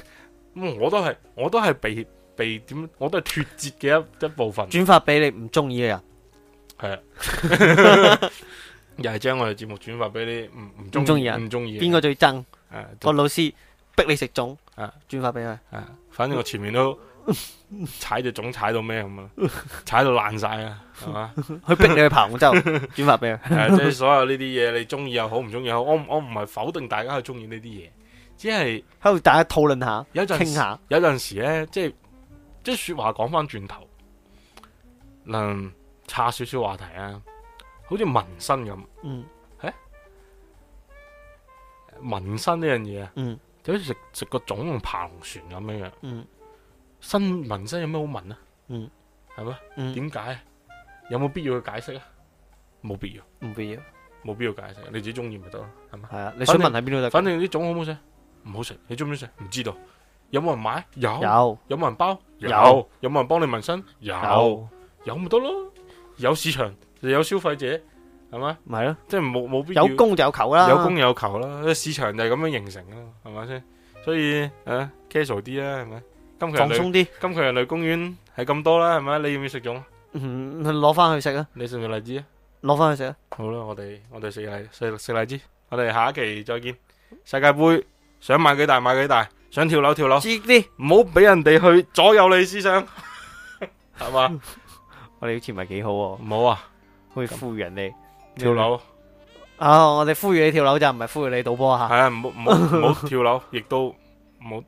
Speaker 2: 咁我都係我都係被被點，我都係脫節嘅一一部分。
Speaker 3: 轉發俾你唔中意嘅人，
Speaker 2: 系啊，又係將我哋節目轉發俾你唔唔
Speaker 3: 唔
Speaker 2: 中
Speaker 3: 中
Speaker 2: 意
Speaker 3: 意啊
Speaker 2: 唔中意啊
Speaker 3: 邊個最憎個
Speaker 2: 個
Speaker 3: 老師逼你食粽
Speaker 2: 啊，
Speaker 3: 轉發俾佢，
Speaker 2: 反正我前面都踩只種踩到 咩咁啊，踩到爛晒啊，係嘛？
Speaker 3: 佢逼你去爬廣 州，轉發俾佢，
Speaker 2: 係啊即係所有呢啲嘢，你中意又好，唔中意又好，我唔我唔係否定大家去中意呢啲嘢，只係
Speaker 3: 喺度大家討論下，
Speaker 2: 有陣時
Speaker 3: 傾下，
Speaker 2: 有陣時咧，即係即係説話講翻轉頭，能岔少少話題啊，好似紋身咁，啊
Speaker 3: 嗯
Speaker 2: 紋身呢樣嘢啊。
Speaker 3: 嗯
Speaker 2: 就好似食食個粽同爬龍船咁樣樣，
Speaker 3: 嗯
Speaker 2: 新紋身有咩好紋啊？
Speaker 3: 嗯，
Speaker 2: 係咩？
Speaker 3: 嗯，
Speaker 2: 點解？有冇必要去解釋啊？冇必要，
Speaker 3: 唔必要，
Speaker 2: 冇必要解釋，你自己中意咪得咯，係咪？
Speaker 3: 係啊，你想問喺邊度得？
Speaker 2: 反正啲粽好唔好食？唔好食，你中唔中意食？唔知道。有冇人買？有。
Speaker 3: 有
Speaker 2: 有冇人包？
Speaker 3: 有
Speaker 2: 有冇人幫你紋身？有。
Speaker 3: 有，
Speaker 2: 有咪得咯？有市場就有消費者，係咪？
Speaker 3: 咪係咯，
Speaker 2: 即係冇冇必要。
Speaker 3: 有供就有求啦，
Speaker 2: 有供有求啦，市場就係咁樣形成啦，係咪先？所以誒 casual 啲啦，係咪？今期
Speaker 3: 放
Speaker 2: 人類
Speaker 3: 鬆啲，
Speaker 2: 今期人類公園係咁多啦，係咪？你要唔要食粽？
Speaker 3: 嗯，攞翻去食啊，
Speaker 2: 你食唔食荔枝啊？
Speaker 3: 攞翻去食啊，
Speaker 2: 好啦，我哋我哋食荔食食荔枝，我哋下一期再見。世界盃想買幾大買幾大，想跳樓跳樓，
Speaker 3: 知啲，
Speaker 2: 唔好俾人哋去左右你思想，係嘛？
Speaker 3: 我哋好似唔係幾好喎，
Speaker 2: 唔好啊，
Speaker 3: 會呼籲人哋
Speaker 2: 跳樓
Speaker 3: 啊，我哋呼籲你跳樓咋，唔係呼籲你賭波啊
Speaker 2: 係啊，唔好唔好唔好跳樓，亦都唔好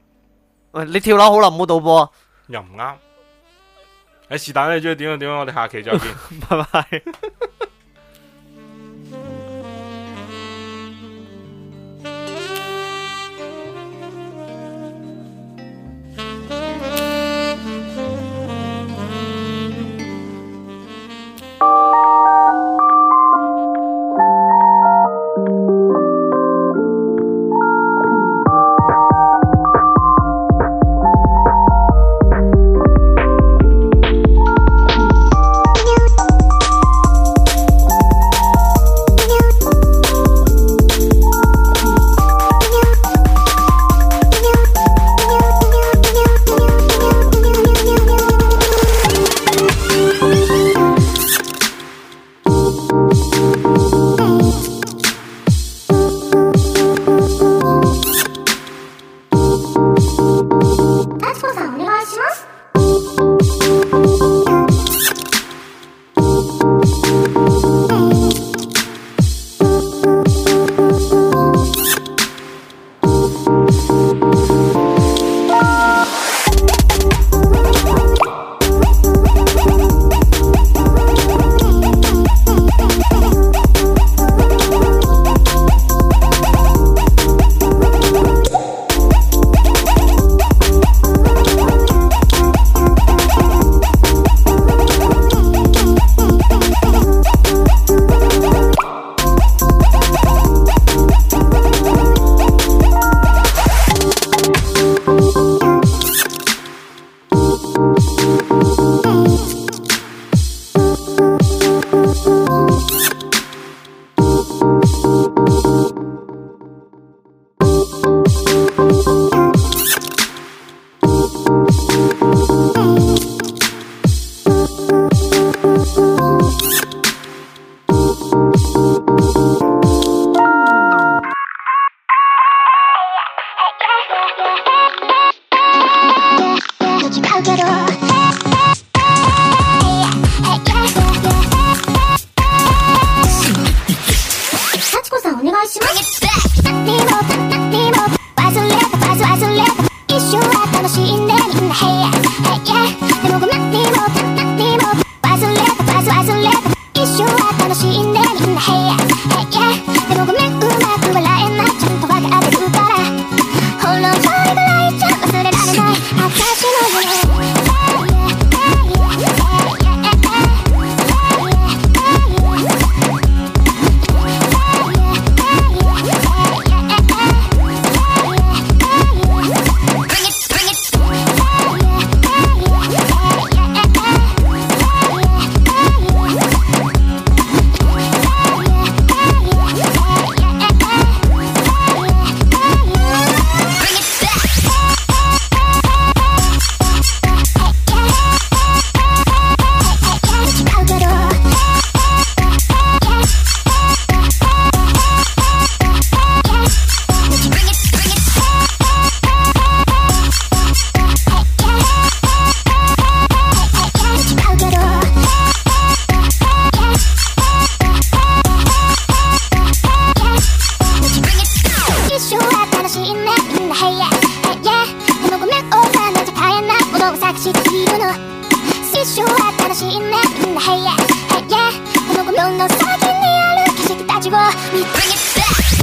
Speaker 3: 喂你跳樓好啦，唔好賭波啊，
Speaker 2: 又唔啱。誒是但啦，你中意點就點啦，我哋下期再見。
Speaker 3: 拜拜。
Speaker 4: 味わう We bring it back